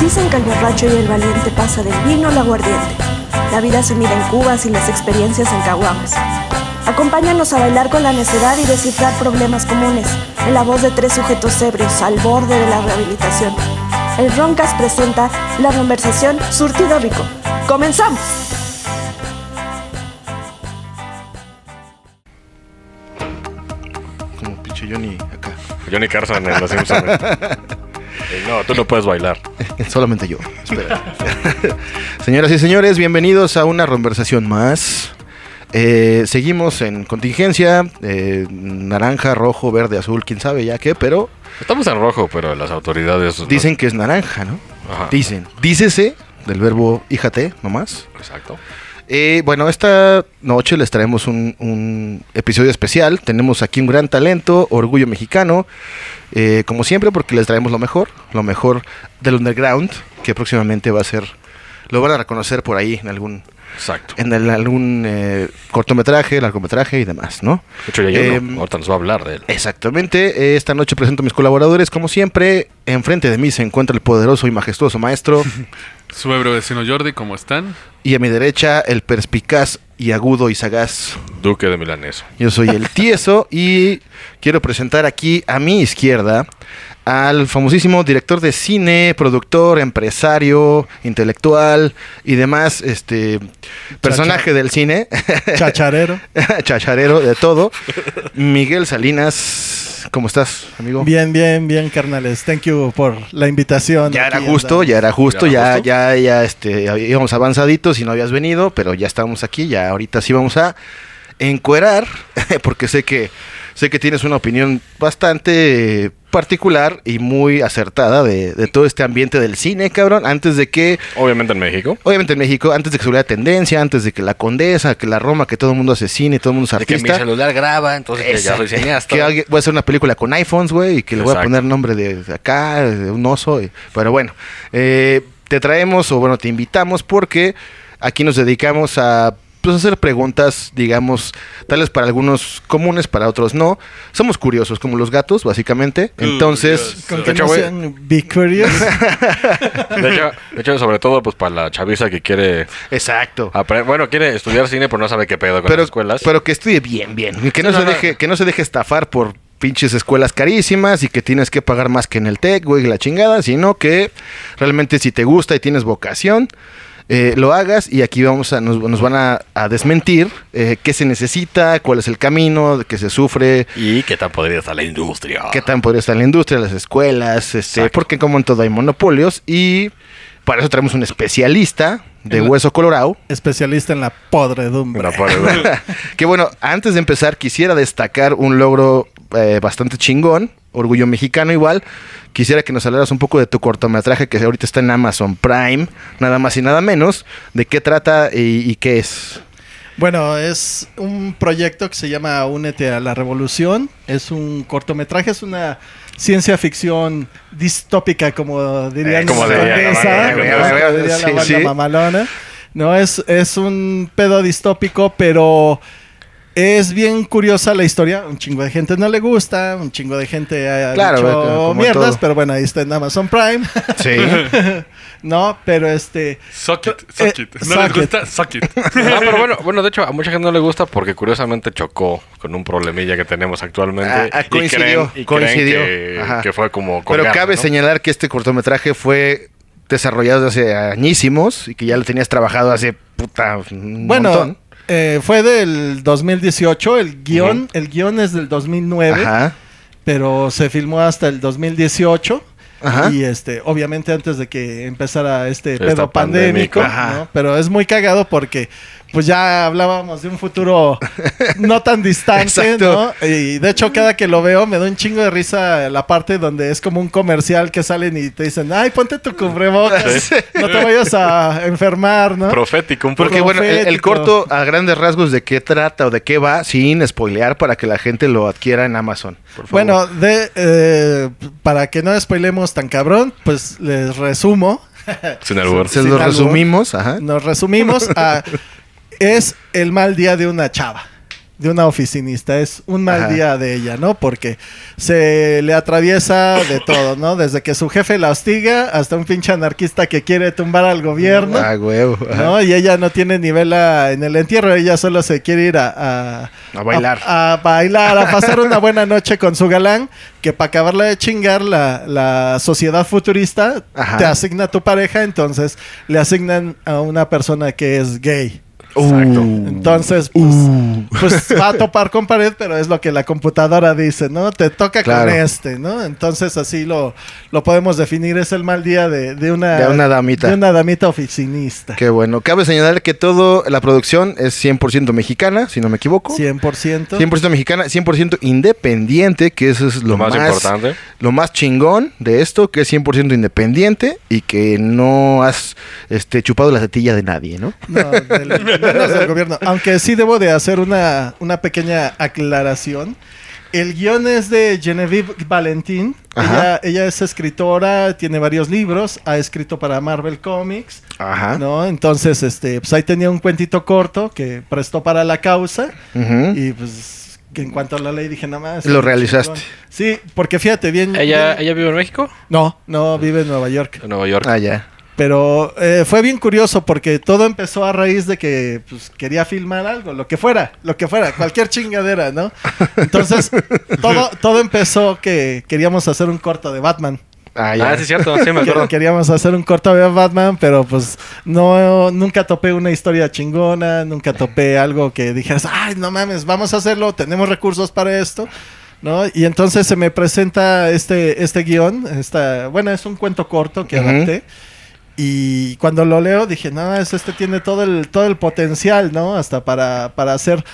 Dicen que el borracho y el valiente pasa del vino al aguardiente. La vida se mide en cubas y las experiencias en caguamas. Acompáñanos a bailar con la necedad y descifrar problemas comunes en la voz de tres sujetos ebrios al borde de la rehabilitación. El Roncas presenta la conversación Surtido Rico. ¡Comenzamos! Como pinche Johnny acá. Johnny Carson en Los Simpsons. güey. Ey, no, tú no puedes bailar. Solamente yo. Espérate. Señoras y señores, bienvenidos a una conversación más. Eh, seguimos en contingencia, eh, naranja, rojo, verde, azul, quién sabe ya qué, pero Estamos en rojo, pero las autoridades... no- dicen que es naranja, ¿no? Ajá. Dicen, dícese del verbo híjate nomás. Exacto. Eh, bueno, esta noche les traemos un, un episodio especial. Tenemos aquí un gran talento, orgullo mexicano, eh, como siempre, porque les traemos lo mejor, lo mejor del underground, que próximamente va a ser, lo van a reconocer por ahí en algún, Exacto. en el- algún eh, cortometraje, largometraje y demás, ¿no? De hecho, ya hay Eh, uno. Ahorita nos va a hablar de él. Exactamente, eh, esta noche presento a mis colaboradores, como siempre, enfrente de mí se encuentra el poderoso y majestuoso maestro, Su ebro vecino Jordi, ¿cómo están? y a mi derecha el perspicaz y agudo y sagaz Duque de Milaneso. Yo soy el tieso y quiero presentar aquí a mi izquierda al famosísimo director de cine, productor, empresario, intelectual y demás este personaje del cine, Chacharero. chacharero de todo, Miguel Salinas. ¿Cómo estás, amigo? Bien, bien, bien, carnales. Thank you por la invitación. Ya era Aquí justo, andamos. ya era justo, ¿Ya ya, era ya, ya, este, íbamos avanzaditos y no habías venido, pero ya estábamos aquí, ya ahorita sí vamos a encuerar, porque sé que, sé que tienes una opinión bastante eh, particular y muy acertada de, de todo este ambiente del cine, cabrón, antes de que, Obviamente en México. obviamente en México, antes de que se hubiera tendencia, antes de que la condesa, que la Roma, que todo el mundo hace cine, todo el mundo es De que mi artista. celular graba, entonces que ya soy Exacto. cineasta. Que alguien- voy a hacer una película con iPhones, güey, y que le voy a Exacto. poner nombre de de acá, de un oso. y- pero bueno, eh, te traemos, o bueno, te invitamos porque aquí nos dedicamos a pues, hacer preguntas, digamos, tales para algunos comunes, para otros no. Somos curiosos, como los gatos, básicamente. Entonces, Con De que hecho, no güey. sean be curious. De hecho, de hecho, sobre todo, pues para la chaviza que quiere... exacto. apre- Bueno, quiere estudiar cine, pero no sabe qué pedo con pero, las escuelas. pero que estudie bien, bien. Que no, Sí, se no, no. deje, que no se deje estafar por pinches escuelas carísimas y que tienes que pagar más que en el TEC, güey, la chingada, sino que realmente si te gusta y tienes vocación, eh, lo hagas y aquí vamos a, nos, nos van a, a desmentir eh, qué se necesita, cuál es el camino, de qué se sufre, ¿Y qué tan podría estar la industria? qué tan podría estar la industria, las escuelas, este, Exacto. porque como en todo hay monopolios y para eso traemos un especialista de hueso colorado. Especialista en la podredumbre. No, por- Que bueno, antes de empezar quisiera destacar un logro eh, bastante chingón, orgullo mexicano igual. Quisiera que nos hablaras un poco de tu cortometraje que ahorita está en Amazon Prime, nada más y nada menos, de qué trata y, y qué es. Bueno, es un proyecto que se llama Únete a la Revolución. Es un cortometraje, es una ciencia ficción distópica, como dirían Eh, como los diría la condesa, banda, como ¿no? diría la Sí, banda sí. mamalona. No, es, es un pedo distópico, pero es bien curiosa la historia. Un chingo de gente no le gusta, un chingo de gente ha Claro, dicho eh, como mierdas, todo. pero bueno, ahí está en Amazon Prime. Sí. no, pero este... Suck it, Eh, suck it. ¿No suck les it. gusta? Suck it. No, pero bueno, bueno, de hecho, a mucha gente no le gusta porque curiosamente chocó con un problemilla que tenemos actualmente. Ah, ah, Y coincidió, creen- y creen coincidió. Ajá. que, que fue como. Pero colgada, cabe ¿no? señalar que este cortometraje fue desarrollado hace añísimos y que ya lo tenías trabajado hace puta un Bueno, montón. eh, fue del 2018 el guión. Ujú. El guión es del 2009, Ajá. pero se filmó hasta el 2018. Ajá. Y este, obviamente antes de que empezara este Esta pedo pandémico, pandémica. Ajá. ¿no? pero es muy cagado porque pues ya hablábamos de un futuro no tan distante, Exacto. ¿no? Y de hecho cada que lo veo me da un chingo de risa la parte donde es como un comercial que salen y te dicen, ay, ponte tu cubrebocas, no te vayas a enfermar, ¿no? Profético, un poco. Porque bueno, el, el Profético. corto a grandes rasgos de qué trata o de qué va, sin spoilear para que la gente lo adquiera en Amazon. por favor. Bueno, de, eh, para que no spoilemos tan cabrón, pues les resumo, Sin albur. se sin lo albur. ¿Eh? resumimos, ajá. nos resumimos a es el mal día de una chava. de una oficinista. Es un mal Ajá. día de ella, ¿no? Porque se le atraviesa de todo, ¿no? Desde que su jefe la hostiga hasta un pinche anarquista que quiere tumbar al gobierno. Ah, huevo. ajá. ¿no? Y ella no tiene nivel a- en el entierro, ella solo se quiere ir a, a, A bailar. A, a bailar, a pasar una buena noche con su galán, que para acabarla de chingar, la, la sociedad futurista Ajá. te asigna a tu pareja, entonces le asignan a una persona que es gay. Uh, Entonces, pues, pues, va a topar con pared, pero es lo que la computadora dice, ¿no? Te toca Claro. con este, ¿no? Entonces, así lo, lo podemos definir. Es el mal día de, de una... De una damita. De una damita oficinista. Qué bueno. Cabe señalar que todo la producción es 100% mexicana, si no me equivoco. 100%. 100% mexicana, 100% independiente, que eso es lo, Lo más, más importante. Lo más chingón de esto, que es 100% independiente y que no has este, chupado la tetilla de nadie, ¿no? No, del, menos del gobierno. Aunque sí debo de hacer una, una pequeña aclaración. El guión es de Genevieve Valentín. Ajá. Ella, ella es escritora, tiene varios libros, ha escrito para Marvel Comics, Ajá. ¿no? Entonces, este, pues ahí tenía un cuentito corto que prestó para la causa. Ujú. Y pues que en cuanto la ley dije nada más. Ah. Lo realizaste. Sí, porque fíjate bien. ¿Ella, bien- ¿Ella vive en México? No, no vive en Nueva York. En Nueva York. Ah, ya. Pero eh, fue bien curioso porque todo empezó a raíz de que pues, quería filmar algo, lo que fuera, lo que fuera, cualquier chingadera, ¿no? Entonces, todo, todo empezó que queríamos hacer un corto de Batman. Ah, ya. Ah, sí, es cierto, sí, me acuerdo. Que- Queríamos hacer un corto de Batman, pero pues no, nunca topé una historia chingona, nunca topé algo que dijeras, ay, no mames, vamos a hacerlo, tenemos recursos para esto, ¿no? Y entonces se me presenta este, este guión, esta, bueno, es un cuento corto que Ujú. adapté. Y cuando lo leo dije, no, es- este tiene todo el, todo el potencial, ¿no? Hasta para, para hacer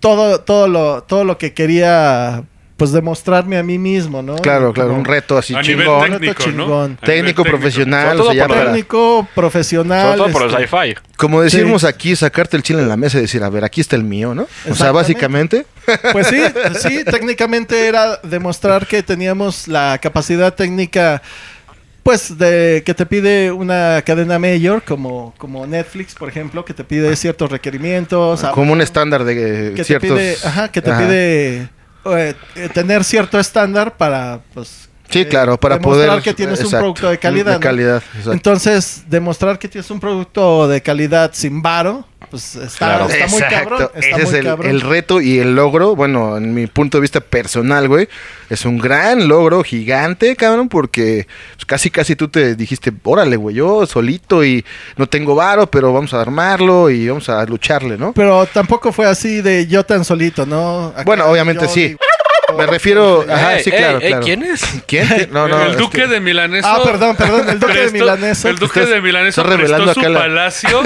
todo, todo, lo, todo lo que quería, pues, demostrarme a mí mismo, ¿no? Claro, claro, Como- un reto así a chingón. nivel técnico, Chingón. ¿no? A nivel Técnico, técnico, profesional, Sobre todo o sea, ya por para- técnico, profesional. Sobre todo por el este, sci-fi. Como decimos Sí. aquí, sacarte el chile en la mesa y decir, a ver, aquí está el mío, ¿no? O sea, Exactamente. básicamente. Pues sí, sí, técnicamente era demostrar que teníamos la capacidad técnica, pues, de que te pide una cadena mayor, como, como Netflix, por ejemplo, que te pide ciertos requerimientos. a- como un estándar de eh, que ciertos... te pide, ajá, que te Ajá. pide eh, eh, tener cierto estándar para, pues, Sí, eh, claro, para demostrar poder... que tienes un exacto, producto de calidad. De ¿no? calidad, exacto. Entonces, demostrar que tienes un producto de calidad sin varo, pues está, Claro. está muy cabrón. Está Ese muy es el, cabrón. el reto y el logro. Bueno, en mi punto de vista personal, güey, es un gran logro gigante, cabrón, porque pues, casi, casi tú te dijiste, órale, güey, yo solito y no tengo varo, pero vamos a armarlo y vamos a lucharle, ¿no? Pero tampoco fue así de yo tan solito, ¿no? Acá Bueno, obviamente yo sí. digo- Me refiero. Ajá, Ey, sí, ey, claro, ey, claro. ¿Quién es? ¿Quién? ¿Quién? No, no. el es duque que- de Milaneso. Ah, perdón, perdón, el duque de prestó- Milaneso. El duque Estás- de Milaneso estás revelando prestó su acá la- palacio.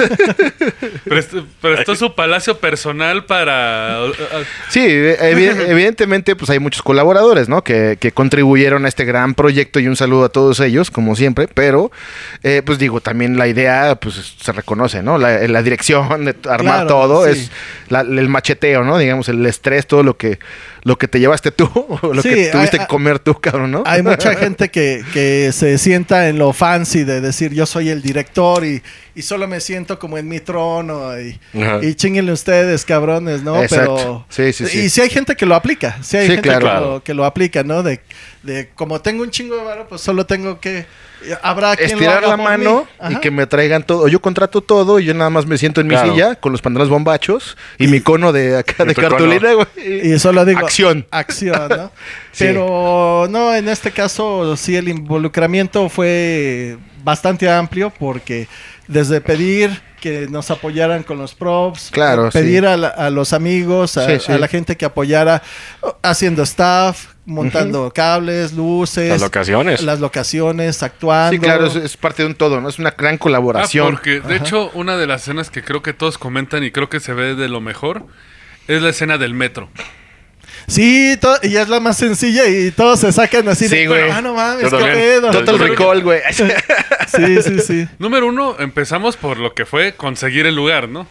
prestó, prestó su palacio personal para. ah, Sí, eh, evi- evidentemente, pues hay muchos colaboradores, ¿no? Que, que contribuyeron a este gran proyecto y un saludo a todos ellos, como siempre, pero, eh, pues digo, también la idea, pues se reconoce, ¿no? La, la dirección de t- armar Claro, todo sí. es la- el macheteo, ¿no? Digamos, el estrés, todo lo que, lo que te llevaste tú, o lo Sí, que tuviste hay- que comer tú, cabrón, ¿no? Hay mucha gente que, que se sienta en lo fancy de decir yo soy el director y, y solo me siento como en mi trono y, Ajá. y chinguenle ustedes, cabrones, ¿no? Exacto. Pero, Sí, sí, sí. Y si hay gente que lo aplica, si hay Sí, gente claro. que, lo, que lo aplica, ¿no? De, de como tengo un chingo de varo, pues solo tengo que... Habrá quien lo Estirar haga la por mano mí. Ajá. y que me traigan todo. Yo contrato todo y yo nada más me siento en mi Claro. silla con los pantalones bombachos y, mi cono de acá Y de tu cono. cartulina, güey. Y solo digo... Acción. Acción, ¿no? Sí. Pero no, en este caso sí el involucramiento fue bastante amplio porque desde pedir que nos apoyaran con los props, Claro, pedir sí. a, la- a los amigos, a, Sí, sí. a la gente que apoyara uh, haciendo staff, montando cables, luces, Las locaciones. las locaciones, actuando. Sí, claro, es, es parte de un todo, ¿no? Es una gran Ah, colaboración. porque de hecho, una de las escenas que creo que todos comentan y creo que se ve de lo mejor es la escena del metro. Sí, to- y es la más sencilla y todos se sacan así Sí, de, güey. ah, no mames, Yo qué también. pedo". Total Recall, güey. Sí, sí, sí. Número uno, empezamos por lo que fue conseguir el lugar, ¿no?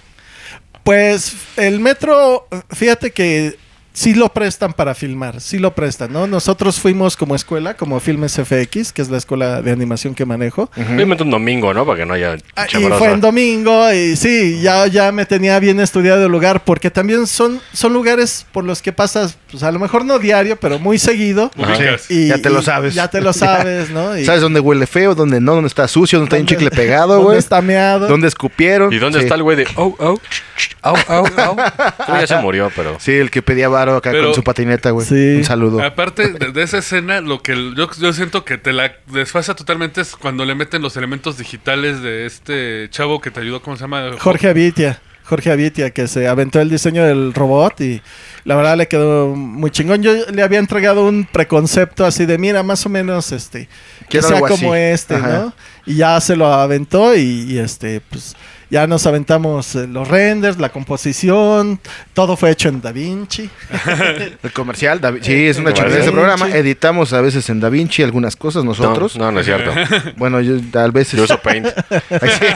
Pues el metro, fíjate que sí lo prestan para filmar, sí lo prestan, ¿no? Nosotros fuimos como escuela, como Filmes FX, que es la escuela de animación que manejo. Obviamente un domingo, ¿no? Para que no haya... Ah, pinche y brosa. fue en domingo y sí, ya, ya me tenía bien estudiado el lugar, porque también son, son lugares por los que pasas, pues a lo mejor no diario, pero muy seguido. Ajá. Ubicas. Pues, Y, Ya te lo y sabes. Ya te lo sabes, ¿no? Y ¿Sabes dónde huele feo? ¿Dónde no? ¿Dónde está sucio? ¿Dónde está un dónde- chicle pegado, ¿Dónde güey? está meado? ¿Dónde escupieron? ¿Y dónde Sí. está el güey de... Oh, oh, oh, oh, oh? Creo que ya se murió, pero... Sí, el que pedía varo acá Pero- con su patineta, güey. Sí. Un saludo. Ah. Aparte de, de esa escena, lo que el- yo, yo siento que te la desfasa totalmente es cuando le meten los elementos digitales de este chavo que te ayudó, ¿cómo se llama? Jorge Avitia. Jorge Avitia, que se aventó el diseño del robot y la verdad le quedó muy chingón. Yo le había entregado un preconcepto así de, mira, más o menos este, que Quiero sea algo así". como este, Ajá. ¿no? Y ya se lo aventó y, y, este, pues ya nos aventamos eh, los renders, la composición, todo fue hecho en Da Vinci. El comercial, Davi- sí, Eh, es una Da chulada ese Vinci. programa. Editamos a veces en Da Vinci algunas cosas nosotros. No, no, no es cierto. Bueno, yo tal vez... Yo uso Paint. Ay, sí.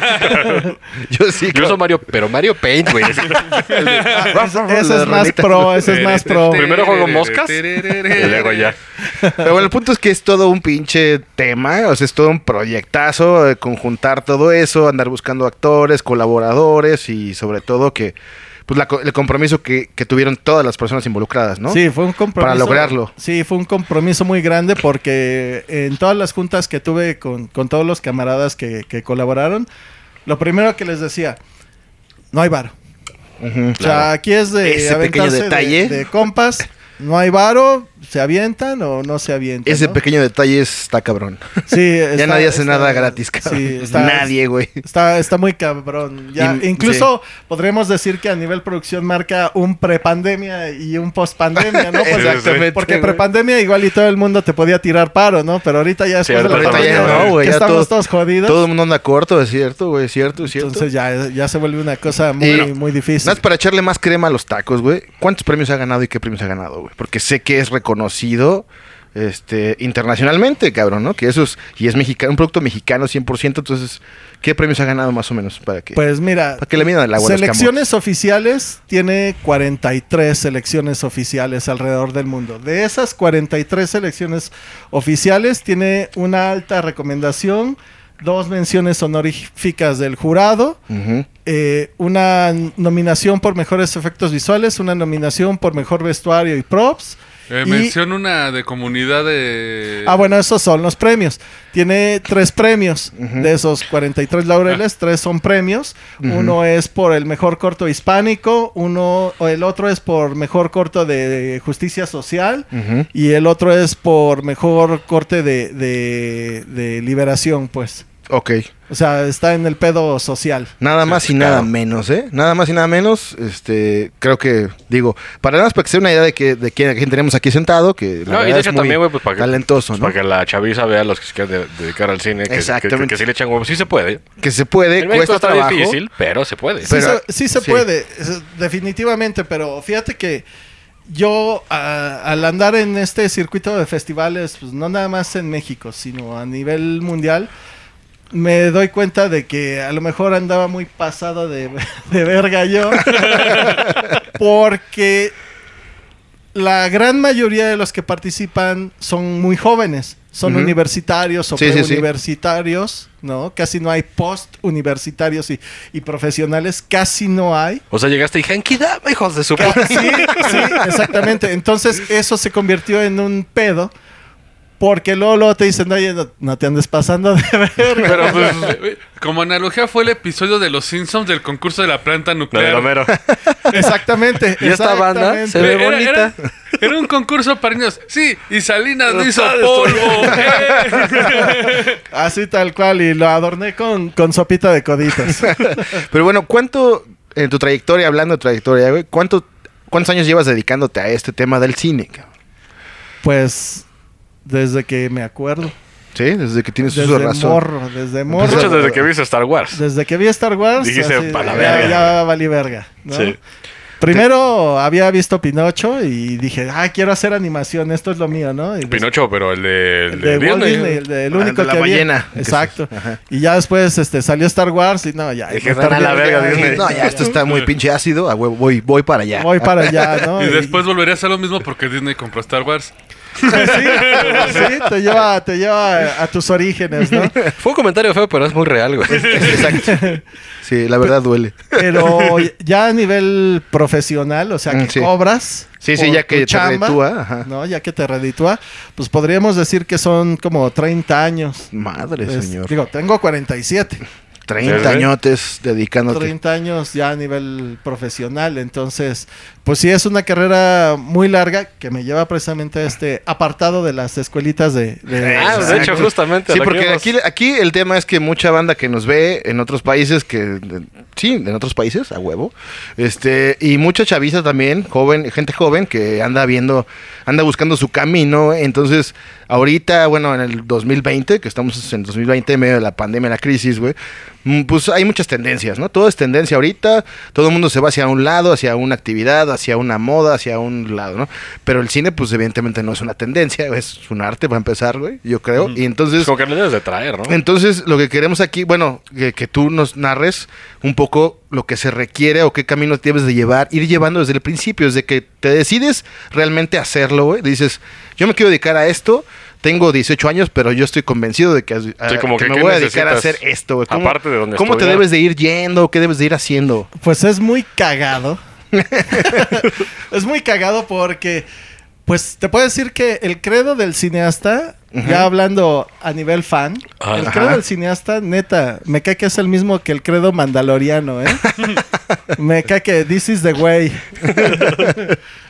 yo sí. Yo uso Mario, pero Mario Paint, güey. Ese es más pro, ese es más pro. Primero juego moscas Y luego ya. Pero bueno, el punto es que es todo un pinche tema, o sea, es todo un proyectazo, eh, conjuntar todo eso, andar buscando actores, colaboradores y sobre todo que, pues la co- el compromiso que, que tuvieron todas las personas involucradas, ¿no? Sí, fue un compromiso. Para lograrlo. Sí, fue un compromiso muy grande porque en todas las juntas que tuve con, con todos los camaradas que, que colaboraron, lo primero que les decía, no hay varo. Ujú. O sea, aquí es de Ese pequeño aventarse de- detalle. De, compas, no hay varo, se avientan o no se avientan. Ese ¿no? pequeño detalle está cabrón. Sí, ya está- nadie hace está- nada gratis, cabrón. sí, está- nadie, güey. Está, está muy cabrón. Ya, Y- incluso podríamos decir que a nivel producción marca un prepandemia y un pospandemia, ¿no? Pues, Exactamente, Porque güey. prepandemia igual y todo el mundo te podía tirar paro, ¿no? Pero ahorita ya después Sí, de la ahorita ya pandemia, no, güey, que ya estamos todo- todos jodidos. Todo el mundo anda corto, es cierto, güey, es cierto, es cierto. entonces ya, ya se vuelve una cosa muy, Y- muy difícil. Nada más para echarle más crema a los tacos, güey. ¿Cuántos premios ha ganado y qué premios ha ganado, güey? Porque sé que es reconocido este, internacionalmente, cabrón, ¿no? Que eso es, y es mexicano, un producto mexicano 100%, entonces, ¿qué premios ha ganado más o menos? Para que, Pues mira, para que le midan el agua a los selecciones oficiales tiene 43 selecciones oficiales alrededor del mundo. De esas 43 selecciones oficiales tiene una alta recomendación, dos menciones honoríficas del jurado, camotes. Ujú. eh, una nominación por mejores efectos visuales, una nominación por mejor vestuario y props. Eh, y- Menciona una de comunidad de... Ah, bueno, esos son los premios. Tiene tres premios Ujú. Ah. de esos 43 laureles, tres son premios. Uno es por el mejor corto hispánico, uno o el otro es por mejor corto de justicia social Ujú. y el otro es por mejor corte de, de- de liberación, pues. Ok. O sea, está en el pedo social. Nada más y nada menos, ¿eh? Nada más y nada menos, este, creo que, digo, para nada más para que se dé una idea de, que, de quién, a quién tenemos aquí sentado, que la No, y verdad de es hecho muy también, güey, pues para que, talentoso, pues, ¿no? para que la chaviza vea a los que se quieran de- dedicar al cine, que, que, Exactamente. que, que sí le echan huevos. Sí se puede. Que se puede, En México cuesta está trabajo. difícil, pero se puede. Sí Pero- se- sí se sí. puede, es- definitivamente, pero fíjate que yo a- al andar en este circuito de festivales, pues no nada más en México, sino a nivel mundial, me doy cuenta de que a lo mejor andaba muy pasado de, de verga yo, porque la gran mayoría de los que participan son muy jóvenes, son Ujú. universitarios o Sí, sí, sí. preuniversitarios, ¿no? Casi no hay post-universitarios y, y profesionales, casi no hay. O sea, llegaste y dije, "Enki, dame, hijos de su puta". Sí, sí, exactamente. Entonces eso se convirtió en un pedo. Porque luego, luego te dicen, oye, no, no te andes pasando de verga. Pero, pues, como analogía fue el episodio de los Simpsons del concurso de la No, planta de nuclear. Homero. Exactamente. Y esta banda exactamente. se ve Era- era- bonita. era un concurso para niños. Sí, y Salinas lo hizo Está polvo. ¡Eh! Así tal cual. Y lo adorné con, con sopita de coditos. Pero bueno, ¿cuánto en tu trayectoria, hablando de trayectoria, güey, cuánto, cuántos años llevas dedicándote a este tema del cine? cabrón? Pues desde que me acuerdo. Sí, desde que tienes uso Desde de razón. morro, desde De morro. hecho, desde que viste Star Wars. Desde que vi Star Wars, Dijiste, así, "Pa' la ya, verga". ya valí verga. ¿no? Sí. Primero había visto Pinocho y dije, ah, quiero hacer animación, esto es lo mío, ¿no? Y después- Pinocho, pero el de, el El de de Walt Disney. Disney, el, de- el Ah, único de la que había. ballena. Exacto. Ajá. Y ya después este, salió Star Wars y no, ya. Dije, me "Van a tardé, la verga, ya, Disney". dije, No, ya esto está muy pinche ácido. A huevo, voy, voy para allá. Voy para allá, ¿no? Y después volvería a hacer lo mismo porque Disney compró Star Wars. Pues sí, pues sí, te lleva, te lleva a- a tus orígenes, ¿no? Fue un comentario feo, pero es muy real, güey. Exacto. Sí, la verdad duele. Pero ya a nivel profesional, o sea, que Mm, sí. cobras. Sí, sí, por ya que tu te reditúa, ajá. ¿no? Ya que te reditúa, pues podríamos decir que son como 30 años. Madre, Es- señor. Digo, tengo 47. 30 ¿Sí? añotes dedicándote. 30 años ya a nivel profesional. Entonces, pues sí, es una carrera muy larga que me lleva precisamente a este apartado de las escuelitas de... de- Ah, de hecho, justamente. Sí, lo que porque íbamos- aquí, aquí el tema es que mucha banda que nos ve en otros países, que de- sí, en otros países, a huevo, este, y mucha chaviza también, joven, gente joven que anda viendo, anda buscando su camino. Entonces, ahorita, bueno, en el 2020, que estamos en 2020, en medio de la pandemia, la crisis, güey, mm, pues hay muchas tendencias, ¿no? Todo es tendencia ahorita, todo el mundo se va hacia un lado, hacia una actividad, hacia una moda, hacia un lado, ¿no? Pero el cine, pues evidentemente no es una tendencia, es un arte para empezar, güey, yo creo. Y entonces... Como que le debes de traer, ¿no? Entonces, lo que queremos aquí, bueno, que, que tú nos narres un poco lo que se requiere o qué camino debes de llevar, ir llevando desde el principio, desde que te decides realmente hacerlo, güey. Dices, yo me quiero dedicar a esto, tengo 18 años, pero yo estoy convencido de que, a- Sí, como que que me ¿qué voy a dedicar a hacer necesitas? esto, güey. ¿Cómo- Aparte de donde ¿Cómo te estudiar. debes de ir yendo? ¿Qué debes de ir haciendo? Pues es muy cagado. es muy cagado porque, pues te puedo decir que el credo del cineasta, ya hablando a nivel fan, Ah, el ajá. credo del cineasta, neta, me cae que es el mismo que el credo mandaloriano, ¿eh? me cae que this is the way.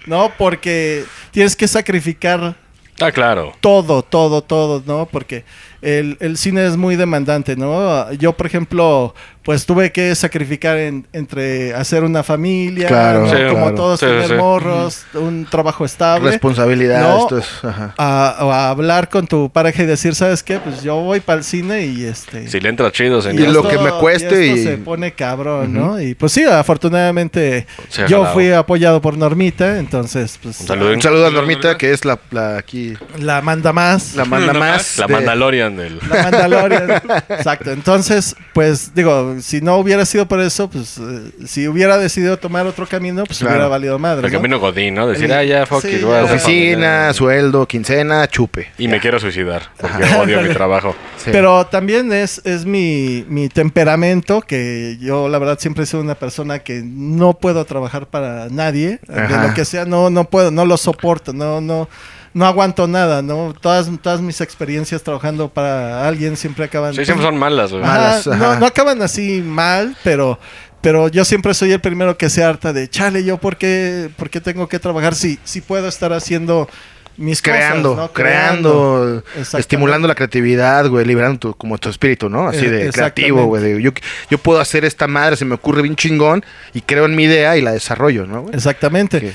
no, porque tienes que sacrificar Ah, claro. todo, todo, todo, ¿no? Porque el, el cine es muy demandante, ¿no? Yo, por ejemplo, pues tuve que sacrificar en- entre hacer una familia, Claro, ¿no? sí, como claro. todos Sí, tener sí. morros, un trabajo estable. Responsabilidad, No, esto es. Ajá. a, a hablar con tu pareja y decir, ¿sabes qué? Pues yo voy para el cine y este... Si le entra chido, Y señor. lo que me cueste esto y- se pone cabrón, ¿no? Y pues sí, afortunadamente Se ha yo jalado. fui apoyado por Normita, entonces pues Un saludo. Un saludo a Saludín. Normita, que es la, la aquí, la manda más. la manda Nada más. La de- Mandalorian del... La Mandalorian. Exacto. Entonces, pues digo, si no hubiera sido por eso, pues eh, si hubiera decidido tomar otro camino, pues Claro. hubiera valido madre. El ¿no? camino Godín, ¿no? Decir, El- ah, ya, fuck sí, it, voy a ya. hacer Oficina, familia. sueldo, quincena, chupe. Y me quiero suicidar, porque odio mi trabajo. Sí. Pero también es, es mi, mi temperamento, que yo la verdad siempre he sido una persona que no puedo trabajar para nadie, Ajá. de lo que sea, no, no puedo, no lo soporto, no, no, no aguanto nada, ¿no? Todas, todas mis experiencias trabajando para alguien siempre acaban Sí, siempre son malas, güey. Ah, malas, Ajá, ajá. No, no acaban así mal, pero, pero yo siempre soy el primero que se harta de, chale, yo por qué, por qué tengo que trabajar si, si puedo estar haciendo mis creando, cosas, ¿no? creando, Exactamente. estimulando la creatividad, güey, liberando tu, como tu espíritu, ¿no? Así Eh, de exactamente. creativo, güey. de Yo, yo puedo hacer esta madre, se me ocurre bien chingón y creo en mi idea y la desarrollo, ¿no? güey? Exactamente. Que-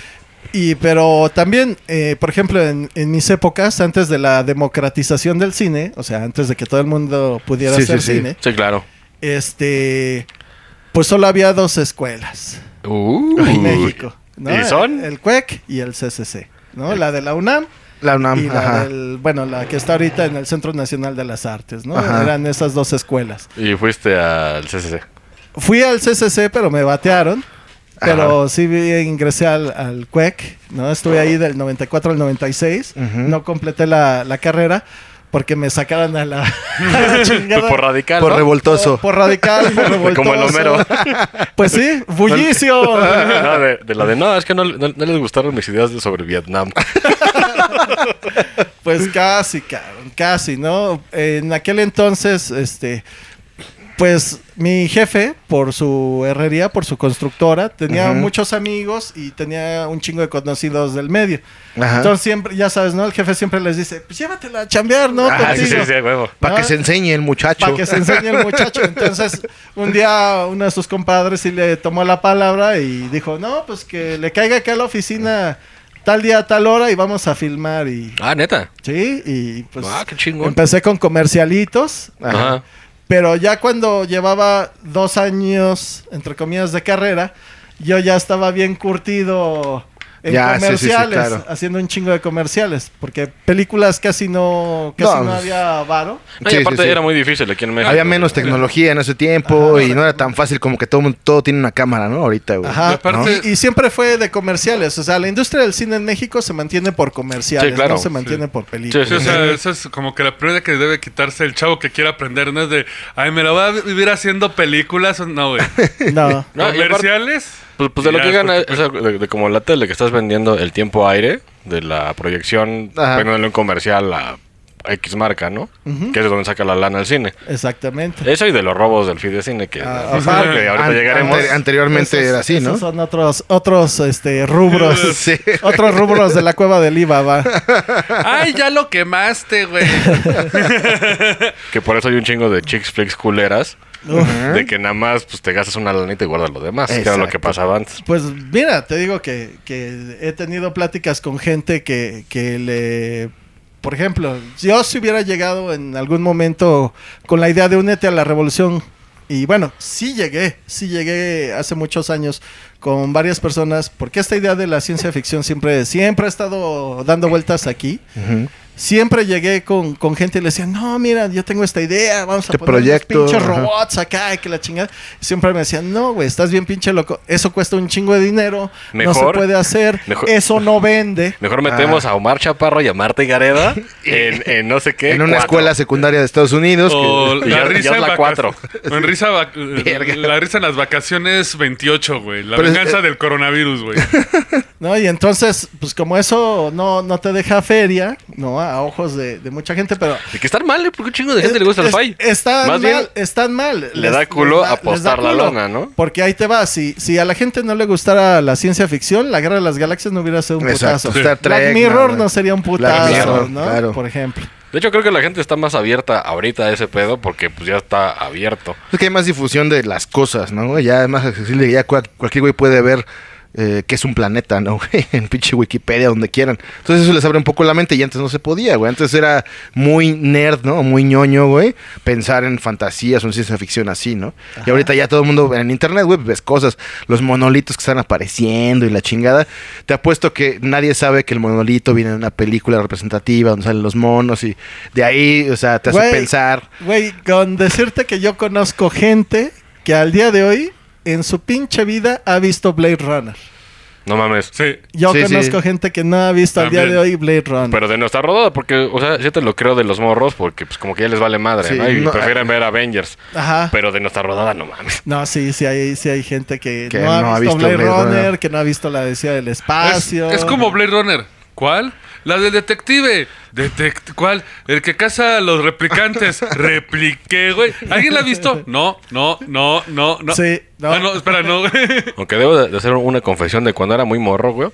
Y pero también, eh, por ejemplo, en, en mis épocas, antes de la democratización del cine, o sea, antes de que todo el mundo pudiera Sí, sí, hacer sí. cine, Sí, claro. este, pues solo había dos escuelas en México. ¿no? ¿Y son? El, el CUEC y el CCC, ¿no? La de la UNAM La UNAM, y la ajá. del, bueno, la que está ahorita en el Centro Nacional de las Artes, ¿no? Ajá. Eran esas dos escuelas. Y fuiste al CCC. Fui al CCC, pero me batearon. Pero sí vi- ingresé al, al CUEC, ¿no? Estuve ahí del 94 al 96. Ujú. No completé la, la carrera porque me sacaron a la, a la chingada. Pues Por radical, Por ¿no? revoltoso. Por- por radical, por revoltoso. Como el Homero. Pues sí, bullicio. No, de, de la de, no, es que no, no- no les gustaron mis ideas de- sobre Vietnam. Pues casi, cabrón, casi, ¿no? En aquel entonces, este, pues mi jefe, por su herrería, por su constructora, tenía Ujú. muchos amigos y tenía un chingo de conocidos del medio. Ajá. Entonces siempre, ya sabes, ¿no? El jefe siempre les dice, pues llévatela a chambear, ¿no? Ah, sí, sí, sí, a huevo. Para que ¿no? se enseñe el muchacho. Para que se enseñe el muchacho. Entonces, un día uno de sus compadres sí le tomó la palabra y dijo, no, pues que le caiga acá a la oficina tal día, tal hora y vamos a filmar y... Ah, neta. Sí, y pues Ah, qué chingón. empecé con comercialitos, Ajá. Ajá. pero ya cuando llevaba dos años, entre comillas, de carrera, yo ya estaba bien curtido en Ya, sí, sí, sí, comerciales, claro. haciendo un chingo de comerciales, porque películas casi no, casi No, no pues- había varo. No, y Sí, sí, aparte sí. era muy difícil aquí en México. Había menos tecnología en ese tiempo y no era tan fácil como que todo, mundo- todo tiene una cámara, ¿no? Ahorita, güey. Ajá, Y aparte- y, y siempre fue de comerciales. O sea, la industria del cine en México se mantiene por comerciales, Sí, claro. no se mantiene por películas. Sí, o sea, esa es como que la primera que debe quitarse el chavo que quiere aprender. No es de, ay, me la voy a vivir haciendo películas. No, güey. No. No, y aparte- Comerciales. Pues, pues de lo Ya, que pues, gana, o sea, de, de como la tele que estás vendiendo el tiempo aire de la proyección, Ajá. vendiéndole un comercial a X marca, ¿no? Que es de donde saca la lana el cine. Exactamente. Eso y de los robos del fidecine que, Ah, pues, ajá. que ahorita An- llegaremos. ante- anteriormente Esos- era así, ¿no? esos son otros, otros este, rubros. Sí. Otros rubros de la cueva del Ibaba. Ay, ya lo quemaste, güey. Que por eso hay un chingo de chicks flicks culeras. ¿Eh? De que nada más pues, te gastas una lanita y guardas lo demás. Que era lo que Exacto. pasaba antes. Pues mira, te digo que, que he tenido pláticas con gente que, que le... Por ejemplo, yo si hubiera llegado en algún momento con la idea de únete a la revolución, y bueno, sí llegué, sí llegué hace muchos años con varias personas, porque esta idea de la ciencia ficción siempre, siempre ha estado dando vueltas aquí. Ujú. Siempre llegué con, con gente y le decía, no, mira, yo tengo esta idea, vamos a Este poner unos proyecto, pinches ajá. robots acá, y que la chingada. Siempre me decían, no, güey, estás bien pinche loco, eso cuesta un chingo de dinero, no Mejor- se puede hacer, mejor- eso no vende. Mejor metemos Ah. a Omar Chaparro y a Marta y Gareda en, en no sé qué. En una cuatro. escuela secundaria de Estados Unidos. O que- Y ya- la risa ya es en la vaca- cuatro. o en risa vac- Verga. La risa en las vacaciones 28, güey. La Pero es- eh- venganza del coronavirus, güey. ¿no? Y entonces, pues como eso no, no te deja feria, ¿no? A ojos de, de mucha gente, pero... Y que están mal, ¿eh? Porque un chingo de gente le gusta el Es- fay. Están Más mal, bien, están mal. Les- da culo les les apostar la lona, ¿no? Porque ahí te va, si, si a la gente no le gustara la ciencia ficción, la guerra de las galaxias no hubiera sido un Exacto. putazo. Star Trek, Black Mirror nada. no sería un Black putazo, Mirror, ¿no? claro. Por ejemplo. De hecho, creo que la gente está más abierta ahorita a ese pedo porque pues ya está abierto. Es que hay más difusión de las cosas, ¿no? Ya es más accesible, ya cua- cualquier güey puede ver eh, que es un planeta, ¿no? güey? en pinche Wikipedia, donde quieran. Entonces eso les abre un poco la mente y antes no se podía, güey. Antes era muy nerd, ¿no? Muy ñoño, güey. Pensar en fantasías o en ciencia ficción así, ¿no? Y ahorita ya todo el mundo en internet, güey, ves cosas. Los monolitos que están apareciendo y la chingada. Te apuesto que nadie sabe que el monolito viene de una película representativa donde salen los monos y de ahí, o sea, te hace Güey, pensar. Güey, con decirte que yo conozco gente que al día de hoy, en su pinche vida, ha visto Blade Runner. No mames. Sí. Yo Sí, sí. conozco gente que no ha visto al día También. de hoy Blade Runner. Pero de no estar rodada, porque, o sea, yo te lo creo de los morros, porque pues como que ya les vale madre, Sí, ¿no? Y no, eh, ah. prefieren ver Avengers. Ajá. Pero de no estar rodada, no mames. No, sí, sí hay, sí hay gente que, Que no, ha, visto Blade, Runner, Runner. que no ha visto la decía del Es, espacio. es como Blade Runner. ¿Cuál? La del detective. Detect ¿Cuál? El que caza a los replicantes. Repliqué, güey. ¿Alguien la ha visto? No, no, no, no, no. Sí, no. Ah, no, espera, no, güey. Aunque debo de de hacer una confesión de cuando era muy morro, güey.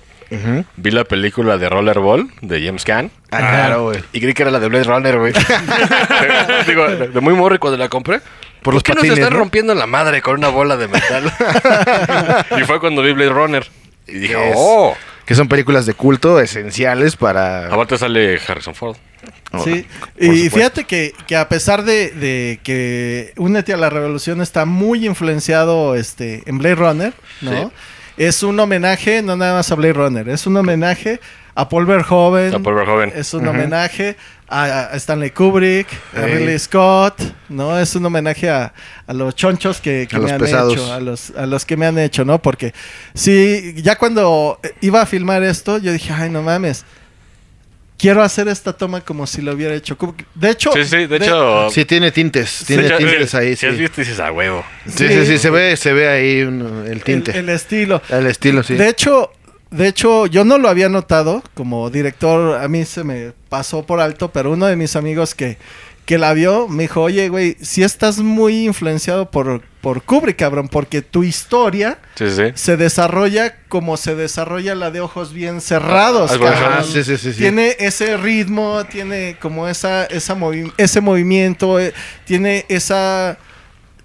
Vi la película de Rollerball de James Caan. Ah, claro, güey. Y creí que era la de Blade Runner, güey. Digo, de de muy morro y cuando la compré. Por ¿Por, los qué patines, nos están ¿no? rompiendo la madre con una bola de metal? y fue cuando vi Blade Runner. Y dije, Es- oh. Que son películas de culto esenciales para. Aparte sale Harrison Ford. Sí, Por y supuesto. fíjate que, que a pesar de, de que Únete a la Revolución está muy influenciado este, en Blade Runner, ¿no? Es un homenaje, no nada más a Blade Runner, es un homenaje a Paul Verhoeven. A Paul Verhoeven. Es un homenaje a, a Stanley Kubrick, a Ey. Ridley Scott, ¿no? Es un homenaje a, a los chonchos que, que A me los han pesados. hecho, a los, a los que me han hecho, ¿no? Porque sí, ya cuando iba a filmar esto, yo dije, ay, no mames. Quiero hacer esta toma como si lo hubiera hecho Kubrick. De hecho, Sí, sí, de hecho. Sí, tiene tintes. de Tiene hecho, tintes eh, ahí, Si sí. has Sí, visto, dices a huevo. sí, sí, se ve, se ve ahí un- el el, tinte. El, el estilo. estilo, sí. De hecho, de hecho, yo no lo había notado como director, a mí se me pasó por alto, pero uno de mis amigos que, que la vio me dijo, oye, güey, si estás muy influenciado por, por Kubrick, cabrón, porque tu historia Sí, sí, sí. se desarrolla como se desarrolla la de ojos bien cerrados. Ah, es bueno, cabrón. ah, sí, sí, sí, sí. Tiene ese ritmo, tiene como esa, esa movi- ese movimiento, eh, tiene esa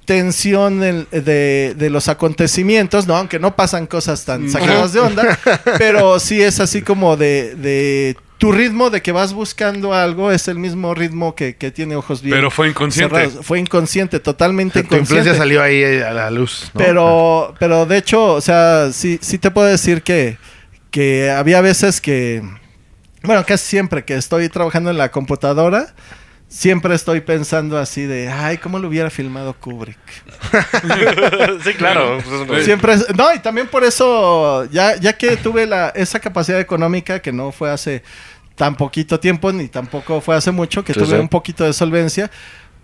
tensión en- de, de los acontecimientos, ¿no? Aunque no pasan cosas tan sacadas de onda, pero sí es así como de, de tu ritmo de que vas buscando algo es el mismo ritmo que, que tiene ojos bien. Pero fue inconsciente. cerrados. Fue inconsciente, totalmente Tu influencia inconsciente. salió ahí eh, a la luz. ¿no? Pero, pero de hecho, o sea, sí, sí te puedo decir que, que había veces que, bueno, casi siempre que estoy trabajando en la computadora, siempre estoy pensando así de, ay, ¿cómo lo hubiera filmado Kubrick? sí, claro. pues es un- Siempre es- no, y también por eso, ya, ya que tuve la, esa capacidad económica que no fue hace tan poquito tiempo, ni tampoco fue hace mucho, que Sí, tuve sí. un poquito de solvencia,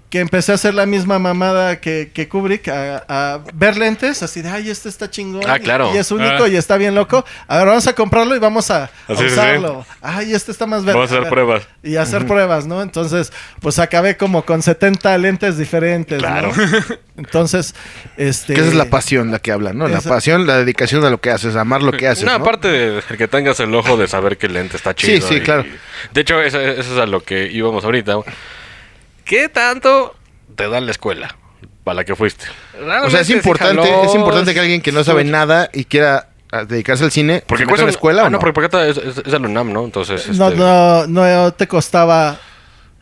que empecé a hacer la misma mamada que, que Kubrick, a, a ver lentes, así de, ay, este está chingón, Ah, y- claro. y es único Ah. y está bien loco, a ver, vamos a comprarlo y vamos a, a Así es, sí. usarlo, ay, este está más verde. Vamos a hacer ver. pruebas. Y hacer pruebas, ¿no? Entonces, pues acabé como con 70 lentes diferentes, Claro. claro. Entonces, este... Que esa es la pasión la que hablan, ¿no? La Esa- pasión, la dedicación a lo que haces, amar lo que haces. No, No, aparte de el que tengas el ojo de saber que el lente está Sí, chido. sí, y- claro. De hecho, eso, eso es a lo que íbamos ahorita. ¿Qué tanto te da la escuela para la que fuiste? O sea, es importante, es importante que alguien que no sabe nada y quiera ah, dedicarse al cine, Porque ¿se mete cuesta a la escuela Ah, o no? no, porque porque es, es, es al UNAM, ¿no? Entonces. no, este, no, no te costaba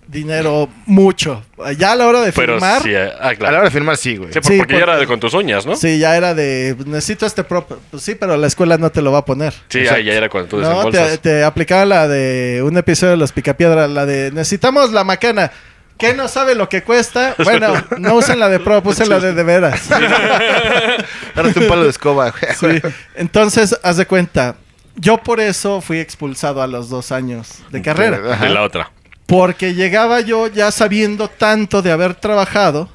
dinero mucho. Ya a la hora de Pero firmar, sí, sí, ah, A la claro. hora de firmar, sí, güey. Sí, por- Sí, porque ya porque- era de con tus uñas, ¿no? ya era de necesito este prop. Pues sí, pero la escuela no te lo va a poner. Sí, O sea, ahí ya era cuando tú No, desembolsas. te, te aplicaba la de un episodio de Los Picapiedra, la de necesitamos la macana. ¿Qué no sabe lo que cuesta? Bueno, no usen la de prop, usen la de de veras. Agárrate un palo de escoba, güey. Sí. Entonces, haz de cuenta. Yo por eso fui expulsado a los dos años de carrera. Ajá. De la otra. Porque llegaba yo ya sabiendo tanto de haber trabajado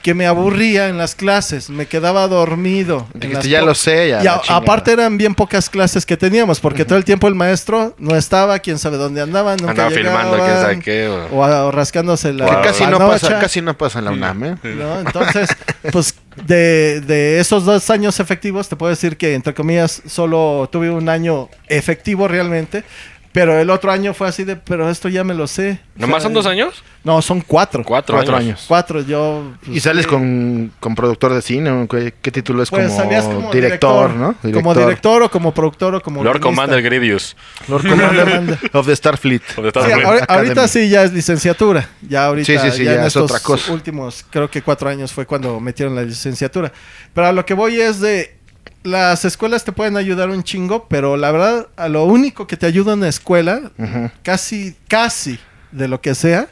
que me aburría en las clases, me quedaba dormido. en Dijiste, las ya po- lo sé, ya. Y la a- chingada. aparte eran bien pocas clases que teníamos, porque todo el tiempo el maestro no estaba, quién sabe dónde andaba, nunca Andaba filmando, quién llegaban, sabe qué. o- O, a- o rascándose la Que Wow. casi, la no pasa, nocha, casi no pasa en la UNAM, ¿eh? ¿no? Entonces, pues de, de esos dos años efectivos, te puedo decir que, entre comillas, solo tuve un año efectivo realmente, pero el otro año fue así de, pero esto ya me lo sé. ¿Nomás O sea, son dos años? no, son cuatro. Cuatro, Cuatro años. años. Cuatro, yo. pues, Y sales con, con productor de cine, ¿no? ¿qué, qué título es pues, como, salías director, ¿no? Como director o como productor o como. Lord guionista. Commander Grievous. Lord Commander of the Starfleet. Donde Sí, estás ahora- aprendiendo. ahorita Academy. sí ya es licenciatura. Ya ahorita Sí, sí, sí, ya ya, en es estos otra cosa. últimos, creo que cuatro años fue cuando metieron la licenciatura. Pero a lo que voy es de. Las escuelas te pueden ayudar un chingo, pero la verdad, a lo único que te ayuda en la escuela, Ujú. casi, casi de lo que sea,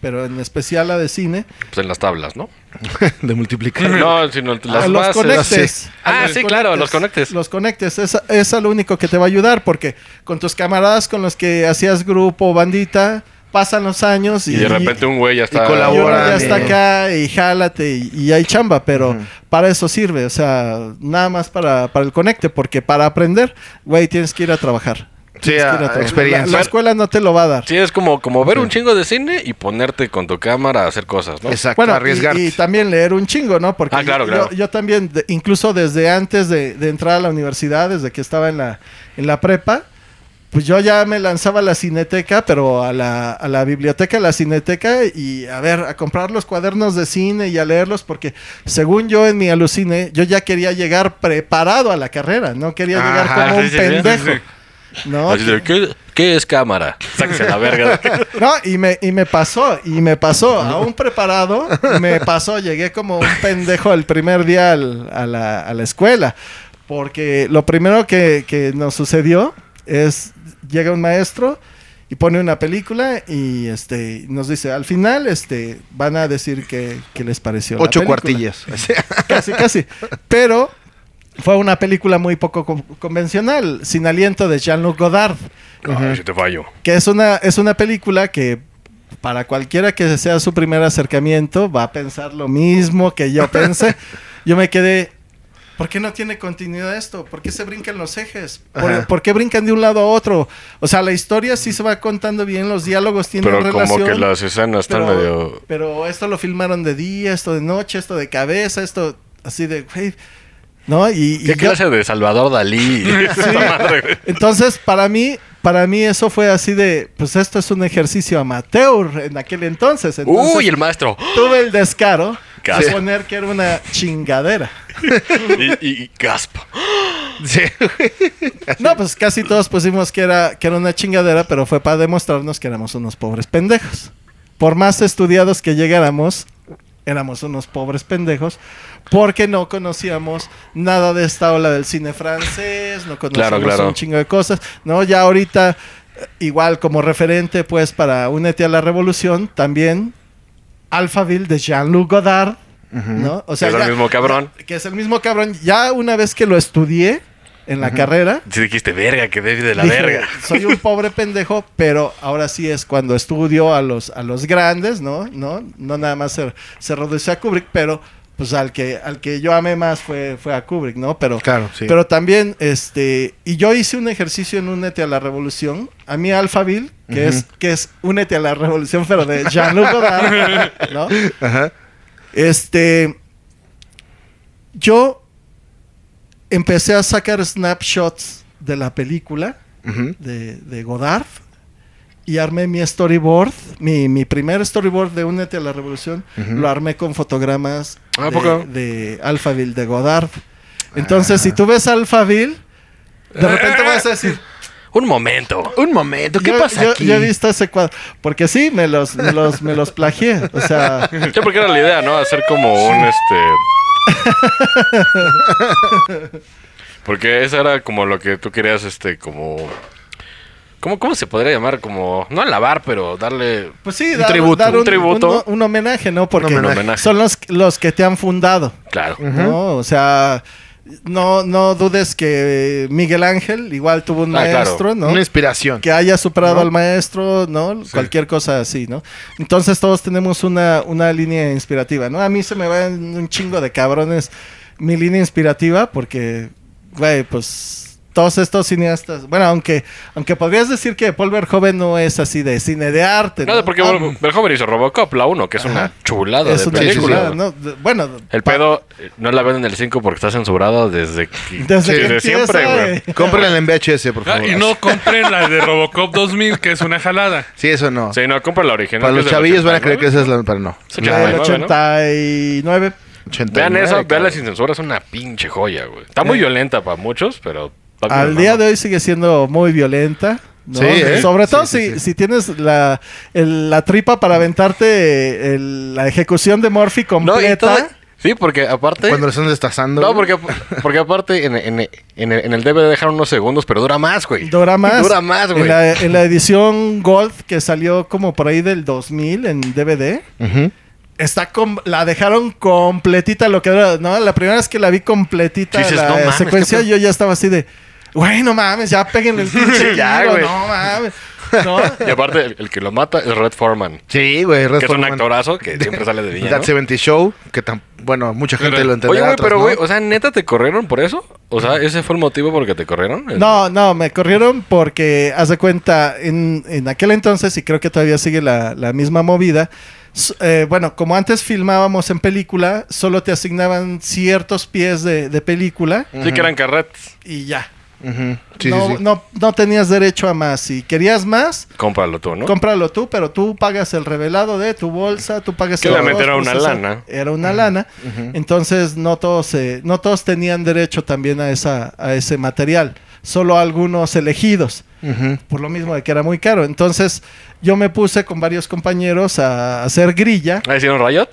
pero en especial la de cine, Pues en las tablas, ¿no? De multiplicar. No, sino las a los bases. conectes. Ah, A los sí, claro, los conectes. Los conectes, esa- es, lo único que te va a ayudar, porque con tus camaradas con los que hacías grupo, bandita, pasan los años y, Y de repente un güey ya está. y uno colaboran, ya está eh. acá y jálate y, y hay chamba, pero Ujú. para eso sirve, o sea, nada más para, para el conecte, porque para aprender, güey, tienes que ir a trabajar. Sí, Tienes que ir a- a trabajar. experiencia. La, la escuela no te lo va a dar. Sí, es como, como ver un chingo de cine y ponerte con tu cámara a hacer cosas, ¿no? Exacto, Bueno, arriesgarte. y, y también leer un chingo, ¿no? Porque Ah, claro, yo, claro. yo también, de- incluso desde antes de, de entrar a la universidad, desde que estaba en la, en la prepa, pues yo ya me lanzaba a la cineteca, pero a la, a la biblioteca, a la cineteca, y a ver, a comprar los cuadernos de cine y a leerlos, porque según yo en mi alucine, yo ya quería llegar preparado a la carrera, no quería llegar Ajá, como un sí, sí, sí, pendejo. ¿no? Así de, ¿qué, qué es cámara? Sáquese la verga. No, y me, y me pasó, y me pasó, aún preparado, me pasó, llegué como un pendejo el primer día al- a, la, a la escuela, porque lo primero que, que nos sucedió es, llega un maestro y pone una película y este nos dice, al final este van a decir que, que les pareció. la Ocho película". cuartillas. Sí. Casi, casi. Pero fue una película muy poco con- convencional, sin aliento de Jean-Luc Godard Ay, si te fallo. que es una, es una película que para cualquiera que sea su primer acercamiento va a pensar lo mismo que yo pensé. Yo me quedé, ¿por qué no tiene continuidad esto? ¿Por qué se brincan los ejes? Ajá. ¿Por, por qué brincan de un lado a otro? O sea, la historia sí se va contando bien, los diálogos tienen Pero relación. como que las escenas están pero, medio. pero esto lo filmaron de día, esto de noche, esto de cabeza, esto así de, güey, ¿no? Y, y ¿Qué yo- clase de Salvador Dalí? Esa madre, güey. entonces, para mí, para mí eso fue así de, pues esto es un ejercicio amateur en aquel entonces. Entonces, Uy, el maestro. tuve el descaro Gasp. de poner que era una chingadera. Y, y, y gasp. Sí. No, pues casi todos pusimos que era, que era una chingadera, pero fue para demostrarnos que éramos unos pobres pendejos. Por más estudiados que llegáramos, éramos unos pobres pendejos, porque no conocíamos nada de esta ola del cine francés, no conocíamos Claro, claro. un chingo de cosas. No, ya ahorita, eh, igual como referente, pues, para Únete a la Revolución, también Alphaville de Jean-Luc Godard, ¿no? O Es el mismo cabrón. Que es el mismo cabrón. Ya una vez que lo estudié en la carrera, Si dijiste, verga, que debe de la Dije, verga. Soy un pobre pendejo, pero ahora sí es cuando estudio a los, a los grandes, ¿no? No, no nada más se, se reduce a Kubrick, pero pues al que, al que yo amé más fue, fue a Kubrick, ¿no? Pero, Claro, sí. pero también, este, y yo hice un ejercicio en Únete a la Revolución, a mí Alphaville, que es, que es Únete a la Revolución, pero de Jean-Luc Godard, ¿no? Ajá. Este. Yo empecé a sacar snapshots de la película Ujú. de, de Godard y armé mi storyboard, mi, mi primer storyboard de Únete a la Revolución, lo armé con fotogramas Ah, ¿a poco? de, de Alphaville de Godard. Entonces, si tú ves Alphaville, de repente vas a decir, Un momento. Un momento, ¿qué yo, pasa yo- aquí? yo he visto ese cuadro, porque sí, me los, me los, me los plagié, o sea... Sí, porque era la idea, ¿no? Hacer como un este. Porque eso era como lo que tú querías, este, como. ¿Cómo, cómo se podría llamar? Como. No alabar, pero darle. Pues sí, Un dar, tributo. dar un, Un tributo. un- un homenaje, ¿no? Porque Un homenaje. son los, los que te han fundado, Claro. ¿no? O sea, no, no dudes que Miguel Ángel igual tuvo un Ah, claro. maestro, ¿no? Una inspiración. Que haya superado al maestro, ¿no? Cualquier cosa así, ¿no? Entonces todos tenemos una, una línea inspirativa, ¿no? A mí se me van un chingo de cabrones mi línea inspirativa porque, güey, pues... Todos estos cineastas, bueno, aunque aunque podrías decir que Paul Verhoeven no es así de cine de arte. No, porque Ah, Ver- Verhoeven hizo Robocop, la 1, que es una chulada es de una película. chulada, ¿no? De- Bueno, El pa- pedo eh, no la ven en el 5 porque está censurada desde, que- Desde que empieza, siempre, güey. güey. Cómprenla en VHS, por Ah, favor. y no compren la de Robocop 2000, que es una jalada. Sí, eso no. Sí, no, compra la original. Para que los es del chavillos van a creer 89. que esa es la... Pero no. Es la del 89, ¿no? 89. Vean 89, esa, veanla cabrón. sin censura, es una pinche joya, güey. Está muy violenta para muchos, pero. para mi Al hermano. día de hoy sigue siendo muy violenta. ¿no? Sí, ¿eh? Sobre todo Sí, sí, si, sí. si tienes la, el- la tripa para aventarte el- la ejecución de Murphy No, y completa. todo- Sí, porque aparte. Cuando lo están destazando. No, güey. porque, porque aparte en, en- en el, en el DVD dejaron unos segundos, pero dura más, güey. Dura más. Dura más, En güey. la, en la edición Gold que salió como por ahí del 2000 en DVD. Ujú. Está com- la dejaron completita lo que era, ¿no? La primera vez que la vi completita Dices, la "No mames, secuencia, qué pe-". yo ya estaba así de, güey, no mames, ya peguen el pinche Ya, tiro, güey. no mames. ¿No? Y aparte, el, el que lo mata es Red Foreman, Sí, güey. que es un Foreman. actorazo que siempre sale de villano. That 70 Show, que tan... Bueno, mucha gente Pero- lo Oye, entenderá. güey, otros pero, no. güey, o sea, ¿neta te corrieron por eso? O sea, ¿ese fue el motivo por el que te corrieron? Mm. No, no, me corrieron porque, haz de cuenta, en, en aquel entonces, y creo que todavía sigue la, la misma movida, s- eh, bueno, como antes filmábamos en película, solo te asignaban ciertos pies de, de película Sí, que eran carretes. y ya. Ujú. Mm. Sí, no, sí, sí. No, no tenías derecho a más. Si querías más, Cómpralo tú, ¿no? Cómpralo tú, pero tú pagas el revelado de tu bolsa, tú pagas Que el obviamente arroz, era una pues, eso lana. Era una lana. Entonces no todos eh, no todos tenían derecho también a esa a ese material, solo algunos elegidos. Ujú. Por lo mismo de que era muy caro. Entonces yo me puse con varios compañeros a hacer grilla. ¿Ah, hicieron Riot?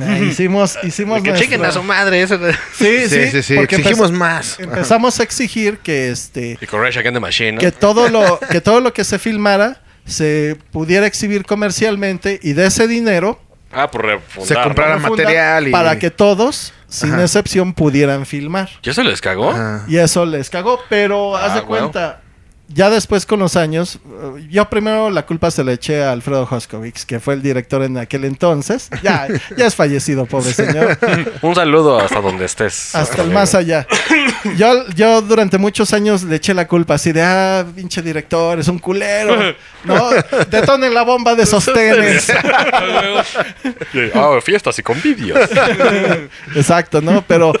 Eh, hicimos hicimos Que nuestra- chequen a su madre. Ese... Sí, sí, Sí, sí, sí. porque Exigimos empez- más. Empezamos a exigir que este Y con Rage Against the Machine, ¿no? que todo lo que todo lo que se filmara se pudiera exhibir comercialmente y de ese dinero Ah, por refundar. Se ¿no? compraron- Para profunda material y- para que todos, sin Ajá. Ah. excepción, pudieran filmar. ¿Ya se les cagó? Ajá. Y eso les cagó, pero Ah, haz de bueno. cuenta, ya después con los años, eh, yo primero la culpa se la eché a Alfredo Hoskovich, que fue el director en aquel entonces. Ya, ya es fallecido, pobre señor. Un saludo hasta donde estés. Hasta el amigo. más allá. Yo, yo durante muchos años le eché la culpa así de, ah, pinche director, es un culero. No, detonen la bomba de sostenes. Ah, fiestas y convivios. Exacto, ¿no? Pero,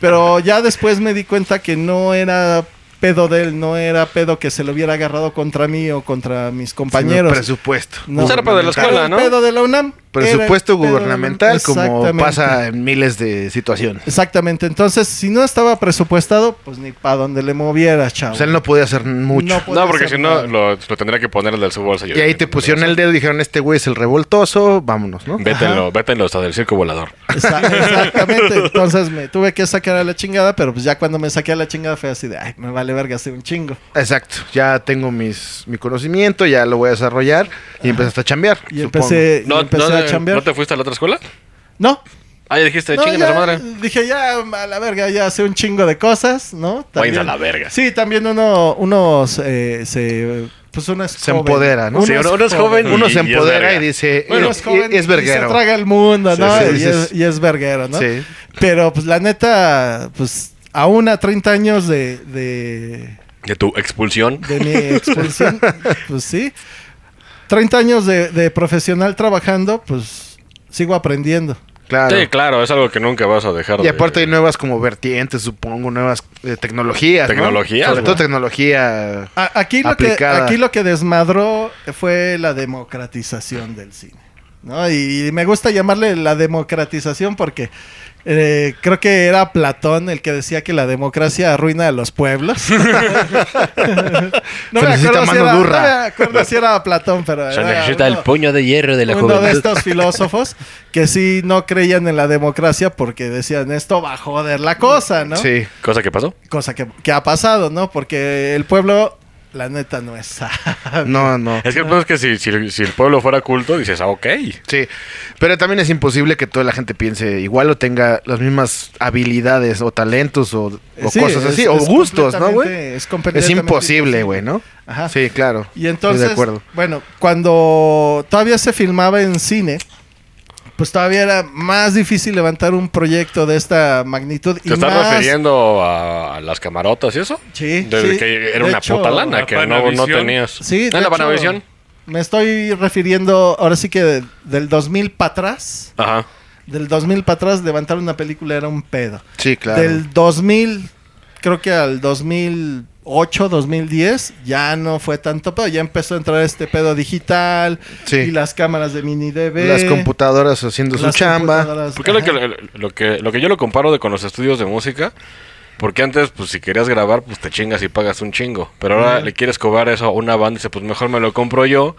pero ya después me di cuenta que no era pedo de él, no era pedo que se lo hubiera agarrado contra mí o contra Compañeros. mis compañeros. Presupuesto. No, Pues era pedo de la escuela, era un ¿no? pedo de la UNAM. Presupuesto Era el pedo de la UNAM. gubernamental, como Exactamente. pasa en miles de situaciones. Exactamente. Entonces, si no estaba presupuestado, pues ni para donde le moviera, chavo. O sea, él no podía hacer mucho. No No, porque hacer si no, nada. lo, lo tendría que poner al de su bolsa. yo y ahí digo, te no, pusieron no, el dedo y dijeron, este güey es el revoltoso, vámonos, ¿no? Vétenlo, vétenlo hasta del circo volador. Exa- Exactamente. Entonces me tuve que sacar a la chingada, pero pues ya cuando me saqué a la chingada fue así de, ay, me vale verga hacer un chingo. Exacto, ya tengo mis, mi conocimiento, ya lo voy a desarrollar y empezaste a chambear. Y supongo. empecé, y No, empecé no, a chambear. ¿No te fuiste a la otra escuela? No, Ah, ya dijiste, no, chinguen a su ya, madre. Dije, ya, a la verga, ya sé un chingo de cosas, ¿no? Váyanse a la verga. Sí, también uno, uno se, se- pues uno es Se joven. empodera, ¿no? Uno Sí, es uno- uno es joven Uno se Y- y es empodera verga. y dice, Uno "Eh, es joven eh, es Y se verguero. traga el mundo, Sí, ¿no? sí, y, sí, es, sí. y es verguero, ¿no? Sí. Pero, pues, la neta, pues, aún a 30 años de, de, De tu expulsión. de mi expulsión, pues sí. 30 años de, de profesional trabajando, pues, sigo aprendiendo. Claro. Sí, claro, es algo que nunca vas a dejar Y aparte hay de... nuevas como vertientes, supongo, nuevas eh, tecnologías. ¿no? Tecnologías, Sobre todo güey. tecnología. A- Aquí lo, que, Aplicada. aquí lo que desmadró fue la democratización del cine. ¿no? Y, me gusta llamarle la democratización porque eh, creo que era Platón el que decía que la democracia arruina a los pueblos. no, Se me necesita acuerdo si mano era, no dura. me acuerdo si era Platón, pero Se era necesita uno- el puño de hierro de la uno de juventud. estos filósofos que sí no creían en la democracia porque decían esto va a joder la cosa, ¿no? Sí. ¿Cosa que pasó? cosa que, que ha pasado, ¿no? Porque el pueblo, la neta, no es sabio. No, no. Es que el problema es que si, si- si el pueblo fuera culto, dices, ah, ok. Sí. Pero también es imposible que toda la gente piense igual o tenga las mismas habilidades o talentos o, o Eh, Sí, cosas es- así. o es gustos, ¿no, completamente- güey? es Es, completamente imposible, imposible. güey, ¿no? Ajá. Sí, claro. Y Estoy entonces, de acuerdo. bueno, cuando todavía se filmaba en cine, pues todavía era más difícil levantar un proyecto de esta magnitud. ¿Te estás más- refiriendo a, a las camarotas y eso? Sí, De sí. que era De una hecho, puta la lana que no, no Panavisión. tenías. Sí, ¿No de ¿En la hecho, Panavisión? Me estoy refiriendo, ahora sí que de- del 2000 para atrás, Ajá. del 2000 para atrás, levantar una película era un pedo. Sí, claro. Del 2000, creo que al 2008, 2010, ya no fue tanto pedo. Ya empezó a entrar este pedo digital Sí. y las cámaras de mini DV. Las computadoras haciendo su las chamba. computadoras, Porque es lo Pues, ajá. que, lo, que, lo que yo lo comparo de con los estudios de música. Porque antes, pues si querías grabar, pues te chingas y pagas un chingo. Pero ahora le quieres cobrar eso a una banda y dice, pues mejor me lo compro yo.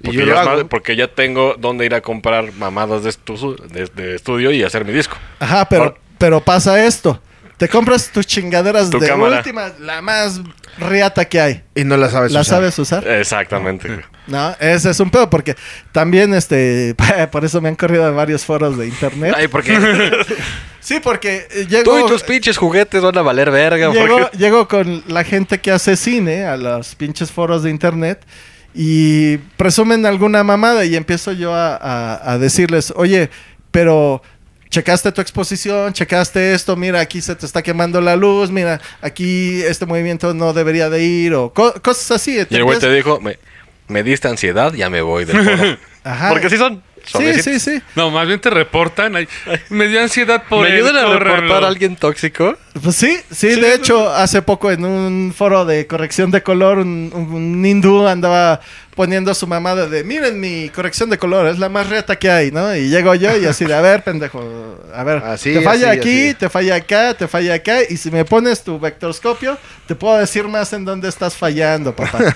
Y Porque, yo ya, lo es más- hago. porque ya tengo dónde ir a comprar mamadas de, estu- de- de estudio y hacer mi disco. Ajá, pero, Ahora- pero pasa esto. Te compras tus chingaderas Tu de cámara. última, la más riata que hay. Y no la sabes ¿La usar. sabes Eh. usar? Exactamente. güey. No, ese es un pedo porque también este por eso me han corrido de varios foros de internet. Ay, porque Sí, porque eh, llego tú y tus pinches juguetes van a valer verga. Llego, porque- llego con la gente que hace cine a los pinches foros de internet y presumen alguna mamada y empiezo yo a, a- a decirles, oye, pero checaste tu exposición, checaste esto, mira, aquí se te está quemando la luz, mira, aquí este movimiento no debería de ir o co- cosas así. Y el güey te empiezas- dijo, me, me diste ansiedad, ya me voy del foro. Ajá. Porque sí son. Sí, suavecitos. sí, sí. No, más bien te reportan. ay, me dio ansiedad por ¿Me él, ayudan a córranlo. reportar a alguien tóxico? Pues sí, sí, de hecho, hace poco en un foro de corrección de color, un, un hindú andaba poniendo su mamada de, miren mi corrección de color, es la más reta que hay, ¿no? Y llego yo y así de, a ver, pendejo, a ver, Así, te falla así, aquí, así. te falla acá, te falla acá, y si me pones tu vectorscopio, te puedo decir más en dónde estás fallando, papá.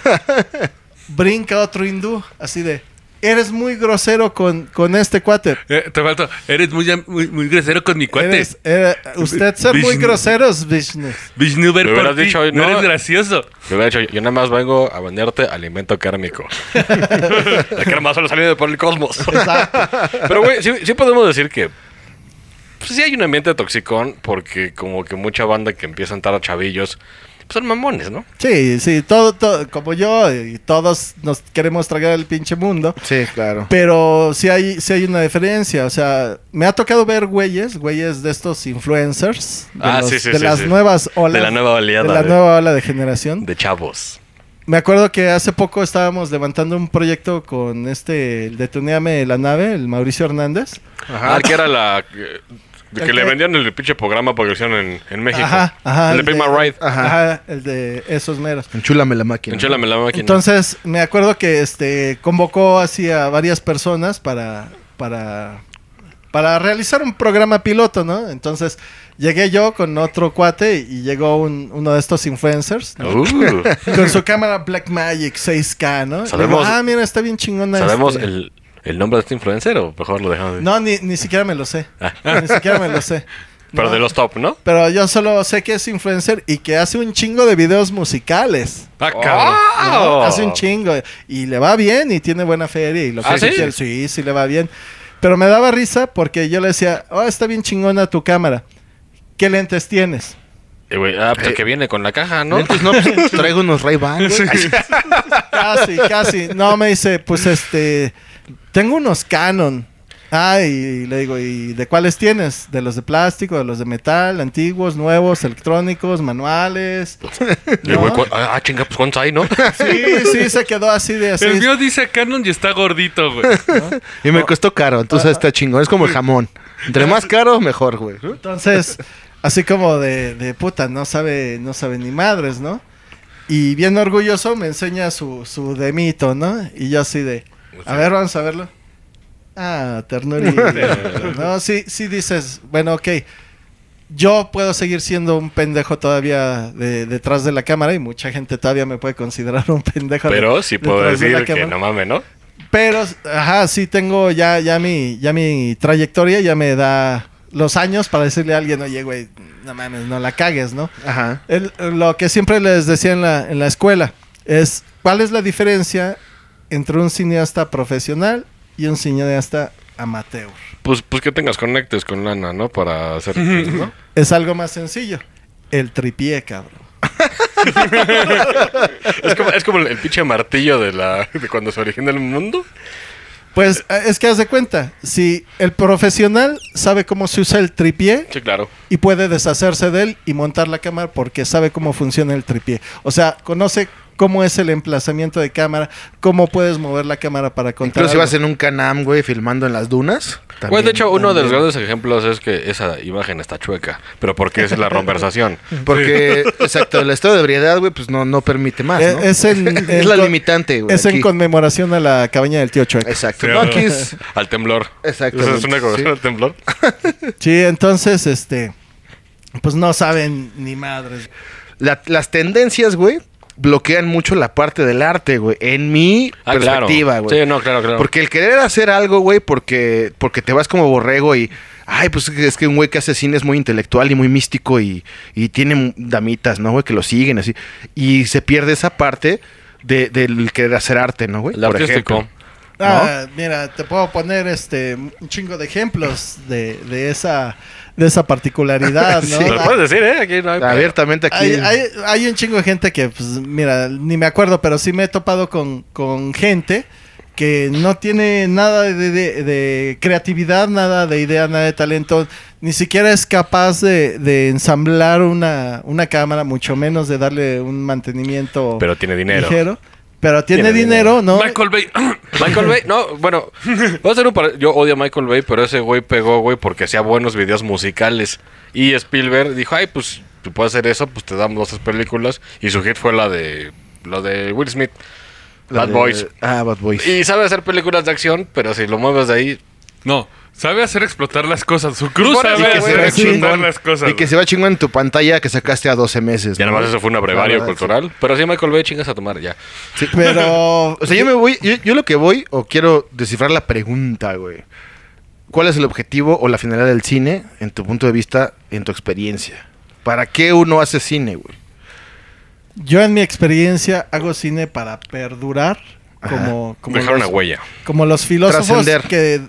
Brinca otro hindú, así de, eres muy grosero con, con este cuate. Eh, te falta. Eres muy, am- muy, muy grosero con mi cuate. Eres- eh, usted ser muy Vishnu. grosero es business. Vishnu ver Me por hubieras ti, dicho, no no. eres gracioso. Yo hubiera dicho, yo nada más vengo a venderte alimento kármico. El karma solo salido por el cosmos. Pero, güey, sí, sí podemos decir que pues, sí hay un ambiente toxicón porque como que mucha banda que empieza a entrar a chavillos pues, son mamones, ¿no? Sí, sí, todo, todo- como yo y todos nos queremos tragar el pinche mundo, Sí, claro. pero sí hay, sí hay una diferencia, o sea, me ha tocado ver güeyes, güeyes de estos influencers, de, Ah, los- sí, sí, de sí, las sí. nuevas olas, De la nueva oleada de la de- nueva ola de generación. De chavos. Me acuerdo que hace poco estábamos levantando un proyecto con este, el de Tuneame la nave, el Mauricio Hernández. Ah, que era la... eh, De El que le que- vendían el pinche programa porque lo hicieron en, en México. Ajá, ajá. El de Pay My Ride. Ajá. el de esos meros. Enchúlame la máquina. Enchúlame la máquina. Entonces, me acuerdo que este convocó así a varias personas para, para, para realizar un programa piloto, ¿no? Entonces, llegué yo con otro cuate y llegó un- uno de estos influencers ¿no? Uh, con su cámara Blackmagic 6K, ¿no? Y Sabemos- digo, ah, mira, está bien chingona. ¿Sabemos este". el, el nombre de este influencer o mejor lo dejamos? No, ni, ni siquiera me lo sé. ni siquiera me lo sé. Pero No. de los top, ¿no? Pero yo solo sé que es influencer y que hace un chingo de videos musicales. Ah, cabrón. ¿no? ¡Wow! Hace un chingo. Y le va bien y tiene buena feria y lo que ¿Ah, tú sí? quieras. Sí, sí le va bien. Pero me daba risa porque yo le decía, oh, está bien chingona tu cámara. ¿Qué lentes tienes? Eh, güey, ah, pues el que viene con la caja, ¿no? Lentes, no, pues, traigo unos Ray-Ban, güey. Casi, casi. No, me dice, pues este, tengo unos Canon. Ah, y le digo, ¿y de cuáles tienes? ¿De los de plástico, de los de metal, antiguos, nuevos, electrónicos, manuales? Y el güey, ¿no? cu- ah, ah, chinga, pues ¿cuántos hay, no? Sí, sí, se quedó así de así. El mío dice Canon y está gordito, güey. Y me costó caro, entonces está chingón. Es como el jamón. Entre más caro, mejor, güey. Entonces, así como de, de puta, no sabe, no sabe ni madres, ¿no? Y bien orgulloso me enseña su, su demito, ¿no? Y yo así de, a ver, vamos a verlo. Ah, ternurita. no, sí, sí dices, bueno, ok. Yo puedo seguir siendo un pendejo todavía de- detrás de la cámara y mucha gente todavía me puede considerar un pendejo. de- Pero sí puedo detrás de la decir que cámara. no mames, ¿no? Pero, ajá, sí tengo ya, ya mi, ya mi trayectoria, ya me da los años para decirle a alguien, oye, güey, no mames, no la cagues, ¿no? Ajá. El- lo que siempre les decía en la, en la escuela es, ¿cuál es la diferencia entre un cineasta profesional y un cineasta amateur? Pues, pues que tengas conectes con lana, ¿no? Para hacer... ¿no? Es algo más sencillo. El tripié, cabrón. es, como, es como el, el pinche martillo de la de cuando se origina el mundo. Pues eh, es que haz de cuenta, si el profesional sabe cómo se usa el tripié, Sí, claro. y puede deshacerse de él y montar la cámara porque sabe cómo funciona el tripié. O sea, conoce cómo es el emplazamiento de cámara, cómo puedes mover la cámara para contar. Incluso si algo. vas en un Canam, güey, filmando en las dunas. Güey, de también. hecho, uno de los grandes ejemplos es que esa imagen está chueca. Pero porque es la conversación. Porque, exacto, el estado de ebriedad, güey, pues no, no permite más, Eh, ¿no? es, en- Es en la con- limitante, güey. Es en aquí. conmemoración a la cabaña del tío Chueco. Exacto. Sí, No, ¿verdad? aquí es... Al temblor. Exactamente, Esa es una conversación al temblor. Sí, entonces, este, pues no saben ni madres. la- las tendencias, güey, bloquean mucho la parte del arte, güey. En mi Ah, perspectiva, claro. güey. Sí, no, claro, claro. Porque el querer hacer algo, güey, porque, porque te vas como borrego y. Ay, pues es que un güey que hace cine es muy intelectual y muy místico y, y tiene damitas, ¿no, güey? Que lo siguen así. Y se pierde esa parte de- del querer hacer arte, ¿no, güey? el artístico. Ah, mira, te puedo poner este un chingo de ejemplos de, de esa de esa particularidad, ¿no? Ah, Sí. Lo puedes decir, ¿eh? Aquí no hay... Abiertamente aquí. Hay, hay, hay un chingo de gente que, pues, mira, ni me acuerdo, pero sí me he topado con, con gente que no tiene nada de, de- de creatividad, nada de idea, nada de talento, ni siquiera es capaz de, de ensamblar una, una cámara, mucho menos de darle un mantenimiento Pero tiene dinero. ligero. Pero tiene, Tiene dinero, ¿no? Michael Bay. Michael Bay, no, bueno, voy a hacer un par- yo odio a Michael Bay, pero ese güey pegó, güey, porque hacía buenos videos musicales. Y Spielberg dijo, ay, pues, tú puedes hacer eso, pues te damos dos tres películas. Y su hit fue la de, la de Will Smith, La Bad de- Boys. Ah, Bad Boys. Y sabe hacer películas de acción, pero si lo mueves de ahí, No, sabe hacer explotar las cosas. Su cruz Bueno, sabe y que se hacer ve explotar chingón. las cosas. Y que se va chingón en tu pantalla que sacaste a 12 meses. ya ¿no? Ah, nada más eso fue un abrevario La verdad, cultural. Pero Ah, sí, Michael Bay, chingas a tomar, ya. Pero... O sea, yo me voy, yo, yo lo que voy, o quiero descifrar la pregunta, güey. ¿Cuál es el objetivo o la finalidad del cine, en tu punto de vista, en tu experiencia? ¿Para qué uno hace cine, güey? Yo en mi experiencia hago cine para perdurar como, como Dejar una los- huella. Como los filósofos Trascender. que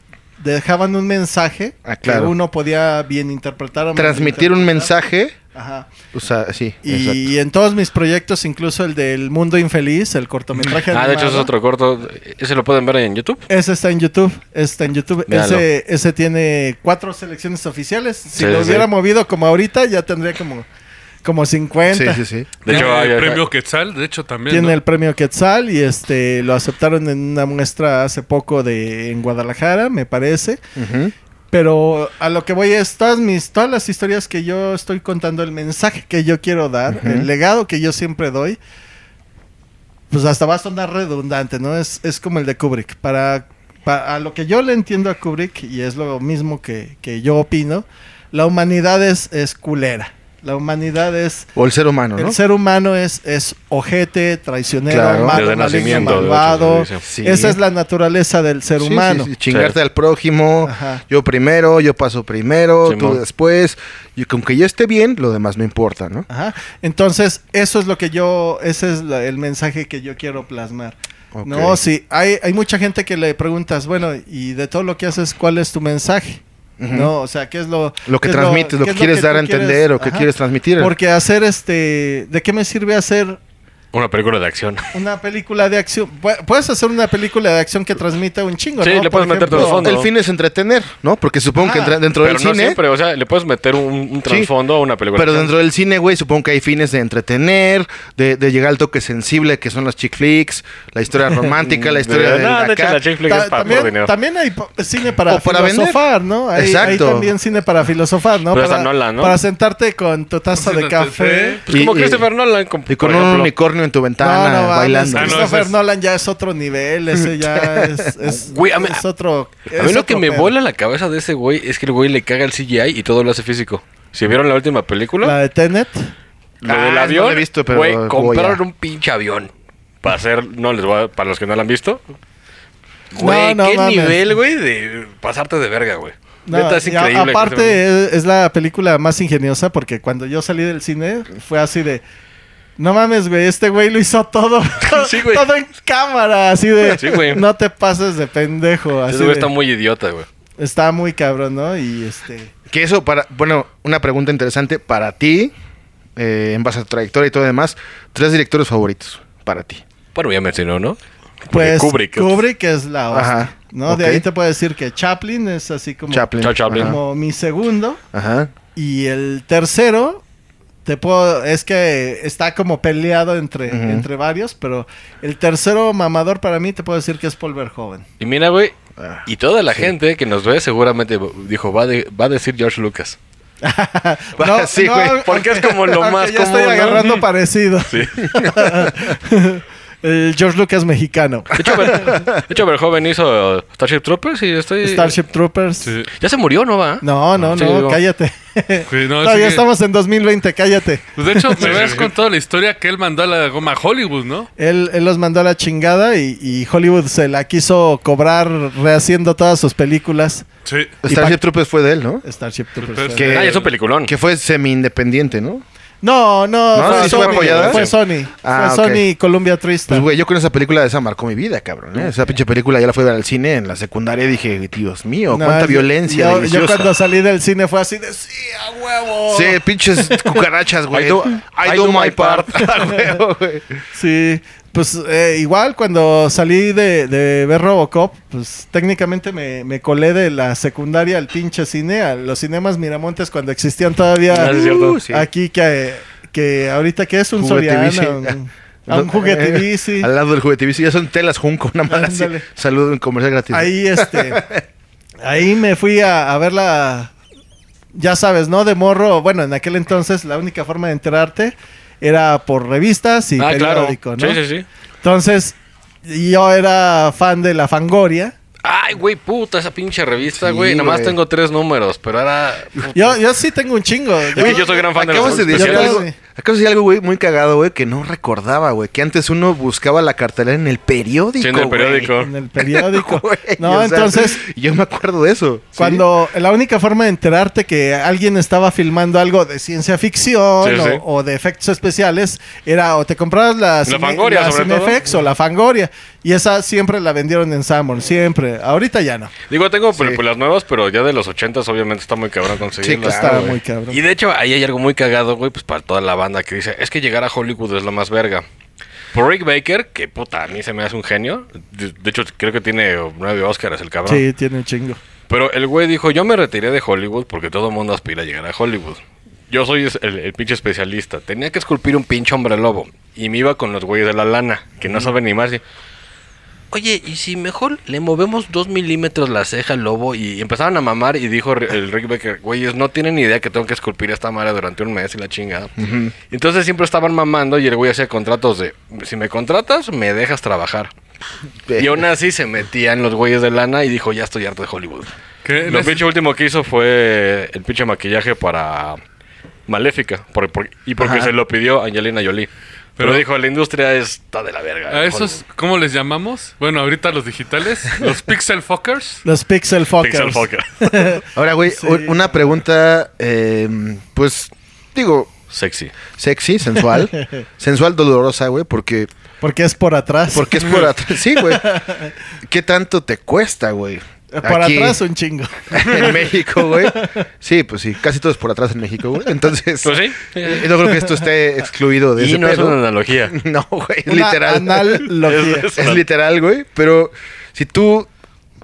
dejaban un mensaje Ah, claro. que uno podía bien interpretar o Transmitir un malinterpretar. mensaje, Ajá. o sea, sí, Y en todos mis proyectos, incluso el del mundo infeliz, el cortometraje. Ah, de hecho, ese animado, es otro corto. Ese lo pueden ver en YouTube. Ese está en YouTube. Está en YouTube. Véalo. Ese, ese tiene cuatro selecciones oficiales. Si Sí, lo sí, hubiera sí. movido como ahorita, ya tendría como, como 50. exacto. Sí, sí, sí. De hecho, hay- el hay- premio Quetzal, de hecho, también. Tiene ¿no? el premio Quetzal y este lo aceptaron en una muestra hace poco de en Guadalajara, me parece. Ujú. Pero a lo que voy es todas mis todas las historias que yo estoy contando, el mensaje que yo quiero dar, el legado que yo siempre doy, pues hasta va a sonar redundante, ¿no? Es, es como el de Kubrick. Para, pa- a lo que yo le entiendo a Kubrick, y es lo mismo que, que yo opino, la humanidad es, es culera. La humanidad es... O el ser humano, ¿no? El ser humano es, es ojete, traicionero, Claro. malo, Desde maligno, nacimiento, de hecho, malvado. se dice. Sí. Esa es la naturaleza del ser Sí, sí, humano. sí, chingarte Sí. al prójimo, Ajá. yo primero, yo paso primero, tú Simón. después. Y con que yo esté bien, lo demás no importa, ¿no? Ajá. Entonces, eso es lo que yo, ese es la- el mensaje que yo quiero plasmar. Ok. No, sí, hay, hay mucha gente que le preguntas, bueno, y de todo lo que haces, ¿cuál es tu mensaje? Ujú. No, o sea, ¿qué es lo, Lo que qué es transmites, lo qué que es quieres dar a tú entender o qué Ajá. quieres transmitir. Porque hacer este, ¿de qué me sirve hacer Una película de acción. una película de acción? Pu- Puedes hacer una película de acción que transmita un chingo, Sí, ¿no? le Por puedes meter ejemplo, trasfondo. el fin es entretener, ¿no? Porque supongo que Ah. entra- dentro Pero del no cine... siempre, o sea, le puedes meter un, un trasfondo a una película. Pero de dentro del cine, güey, supongo que hay fines de entretener, de, de llegar al toque sensible, que son las chick flicks, la historia romántica, la historia de... No, de hecho, acá. la chick flick es Ta- para puro dinero. también, también hay po- cine para, O para filosofar, ¿no? Hay, hay Exacto. también cine para filosofar, ¿no? Pero hasta para, Nolan, ¿no? para sentarte con tu taza de Entonces, café. Pues Y- como y- Christopher Nolan. Con, Y con por un ejemplo. unicornio en tu No, ventana, no, bailando. bailando. Ah, no, Christopher ese es- Nolan ya es otro nivel, ese ya es, es, Güey, a mí- es otro. A mí lo que me vuela la cabeza de ese güey es que el güey le caga el CGI y todo lo hace físico. Si vieron la última película, La de Tenet. lo Ah, del no avión, la he visto, pero güey, voy a- compraron un pinche avión para hacer, no les voy a, para los que no la han visto. No, Güey, no qué mames. nivel, güey, de pasarte de verga, güey. No, Neta, es y a- increíble. aparte, es, es la película más ingeniosa porque cuando yo salí del cine fue así de. No mames, güey, este güey lo hizo todo. Sí, güey. Todo en cámara, así de. Sí, güey. No te pases de pendejo. Así Ese güey de- está muy idiota, güey. Está muy cabrón, ¿no? Y este. Que eso para, bueno, una pregunta interesante para ti, eh, en base a tu trayectoria y todo demás, tres directores favoritos para ti. Bueno, ya mencionó, ¿no? Porque Pues Kubrick, Kubrick. es la hostia, Ajá, ¿no? ok. De ahí te puedo decir que Chaplin es así como, Chaplin. Charles Chaplin. Ajá. como mi segundo. Ajá. Y el tercero, te puedo, es que está como peleado entre, Ujú. entre varios, pero el tercero mamador para mí te puedo decir que es Paul Verhoeven. Y mira, güey, Ah, y toda la gente que nos ve seguramente dijo, va, de- va a decir George Lucas. No, sí, no, güey. Porque es como lo aunque más ya común. estoy ¿no? agarrando parecido. el George Lucas mexicano. De hecho, Ver- de hecho, Verhoeven hizo Starship Troopers y estoy... Starship Troopers. Sí. Ya se murió, ¿no va? No, no, Ah, Sí, no, digo. cállate. Sí, no, Todavía sí. estamos en 2020, cállate. Pues de hecho, me ves con toda la historia que él mandó a la goma a Hollywood, ¿no? Él, él los mandó a la chingada y, y Hollywood se la quiso cobrar rehaciendo todas sus películas. Sí. Starship Troopers fue de él, ¿no? Starship Troopers. Troopers. Que- Ah, y es un peliculón. Que fue semi-independiente, ¿no? No, no, ¿No? fue, ¿Sí Sony, fue fue apoyada? Sony. Fue Sí. Sony, Ah, ok. Columbia Trista. Pues, güey, yo con esa película esa marcó mi vida, cabrón. ¿eh? Esa pinche película ya la fui a ver al cine en la secundaria y dije, Dios mío, No, cuánta yo- violencia. Yo, yo deliciosa. cuando Oh. salí del cine fue así de sí, a huevo. Sí, pinches cucarachas, güey. I do- I do my A huevo, Ah, güey. Sí, pues eh, igual cuando salí de, de ver Robocop, pues técnicamente me, me colé de la secundaria al pinche cine, a los cinemas Miramontes cuando existían todavía Ah, sí, es cierto. Uh, sí. aquí que, que ahorita que es un Juguetivici. Soriana, un, a un Eh, juguetivici. eh, Al lado del juguetivici. Ya son telas junco, una madre así. Ándale. Saludo en comercial gratis. Ahí este, ahí me fui a, a ver la, ya sabes, ¿no? De morro, bueno, en aquel entonces la única forma de enterarte era por revistas y ah, claro. periódico, ¿no? Sí, sí, sí. Entonces, yo era fan de la Fangoria. Ay, güey, puta, esa pinche revista, Sí, güey. Nada más güey. tengo tres números, pero ahora... Yo, yo sí tengo un chingo. Es que yo soy gran fan de Acabas los de decir especiales. algo, acabas de decir algo, güey, muy cagado, güey, que no recordaba, güey. Que antes uno buscaba la cartelera en el periódico, Sí, en el güey. periódico. En el periódico. Güey, no, o sea, entonces, Yo me acuerdo de eso. ¿sí? cuando la única forma de enterarte que alguien estaba filmando algo de ciencia ficción Sí, o, sí. o de efectos especiales era o te comprabas la, Cine- Fangoria, sobre todo. Cinefex o la Fangoria. Y esa siempre la vendieron en Samur, siempre. Ahorita ya no. Digo, tengo películas nuevas, pero ya de los ochentas obviamente está muy cabrón conseguirlas. claro, Estaba güey. muy cabrón. Y de hecho, ahí hay algo muy cagado, güey, pues para toda la banda que dice, es que llegar a Hollywood es lo más verga. Por Rick Baker, que puta, a mí se me hace un genio. De, de hecho, creo que tiene nueve Oscars el cabrón. Sí, tiene un chingo. Pero el güey dijo, yo me retiré de Hollywood porque todo el mundo aspira a llegar a Hollywood. Yo soy es- el, el pinche especialista. Tenía que esculpir un pinche hombre lobo. Y me iba con los güeyes de la lana, que no saben ni más. oye, ¿y si mejor le movemos dos milímetros la ceja al lobo? Y empezaron a mamar y dijo ri- el Rick Baker, güeyes, no tienen ni idea que tengo que esculpir esta madre durante un mes y la chingada. Entonces siempre estaban mamando y el güey hacía contratos de, si me contratas, me dejas trabajar. Y aún así se metían los güeyes de lana y dijo, ya estoy harto de Hollywood. ¿Qué? Lo Les- pinche último que hizo fue el pinche maquillaje para Maléfica. por- por- y porque Ajá. se lo pidió Angelina Jolie. Pero, Pero- dijo, la industria está de la verga. A de esos, ¿cómo les llamamos? Bueno, ahorita los digitales, los pixel fuckers. Los Pixel Hollywood". Fuckers. Pixel fucker. Ahora, güey, Sí. u- una pregunta, eh, pues, digo, Sexy. sexy, sensual. sensual, dolorosa, güey, porque, Porque es por atrás. porque es por atrás. Sí, güey. ¿Qué tanto te cuesta, güey? Por Aquí, atrás un chingo. en México, güey. Sí, pues sí, casi todo es por atrás en México, güey. Entonces, Pues sí. eh, no creo que esto esté excluido de Y ese no es pedo. una analogía. No, güey, es Una literal. analogía. Es- Es literal, güey. Pero si tú,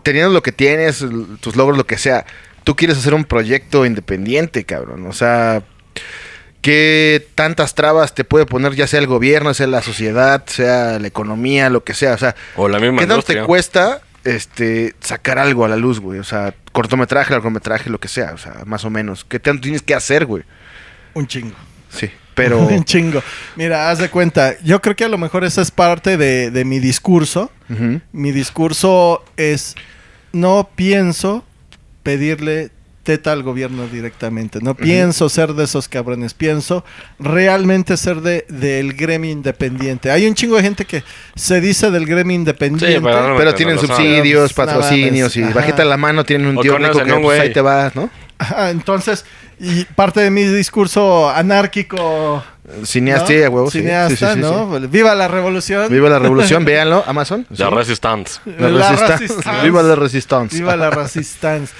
teniendo lo que tienes, l- tus logros, lo que sea, tú quieres hacer un proyecto independiente, cabrón. O sea, ¿qué tantas trabas te puede poner ya sea el gobierno, sea la sociedad, sea la economía, lo que sea? O sea, O la misma ¿qué tanto te industria. cuesta este, sacar algo a la luz, güey? O sea, cortometraje, largometraje, lo que sea. O sea, más o menos. ¿Qué tanto tienes que hacer, güey? Un chingo. Sí, pero... Un chingo. Mira, haz de cuenta. Yo creo que a lo mejor esa es parte de, de mi discurso. Ujú. Mi discurso es, no pienso pedirle teta al gobierno directamente. No pienso ser de esos cabrones. Pienso realmente ser de, del gremio independiente. Hay un chingo de gente que se dice del gremio independiente. pero no- Pero tienen Los subsidios, sábados. patrocinios y Ajá. bajeta la mano tienen un O tío conocen rico que a un pues, ahí güey. te vas, ¿no? Ajá, entonces, y parte de mi discurso anárquico... Cineasta, ¿no? a huevo, sí. Cineasta, Sí, sí, sí, ¿no? Viva la revolución. sí. Viva la revolución, véanlo, Amazon. La Resistance. La La resista- resistance. Viva la resistencia. Viva la resistencia.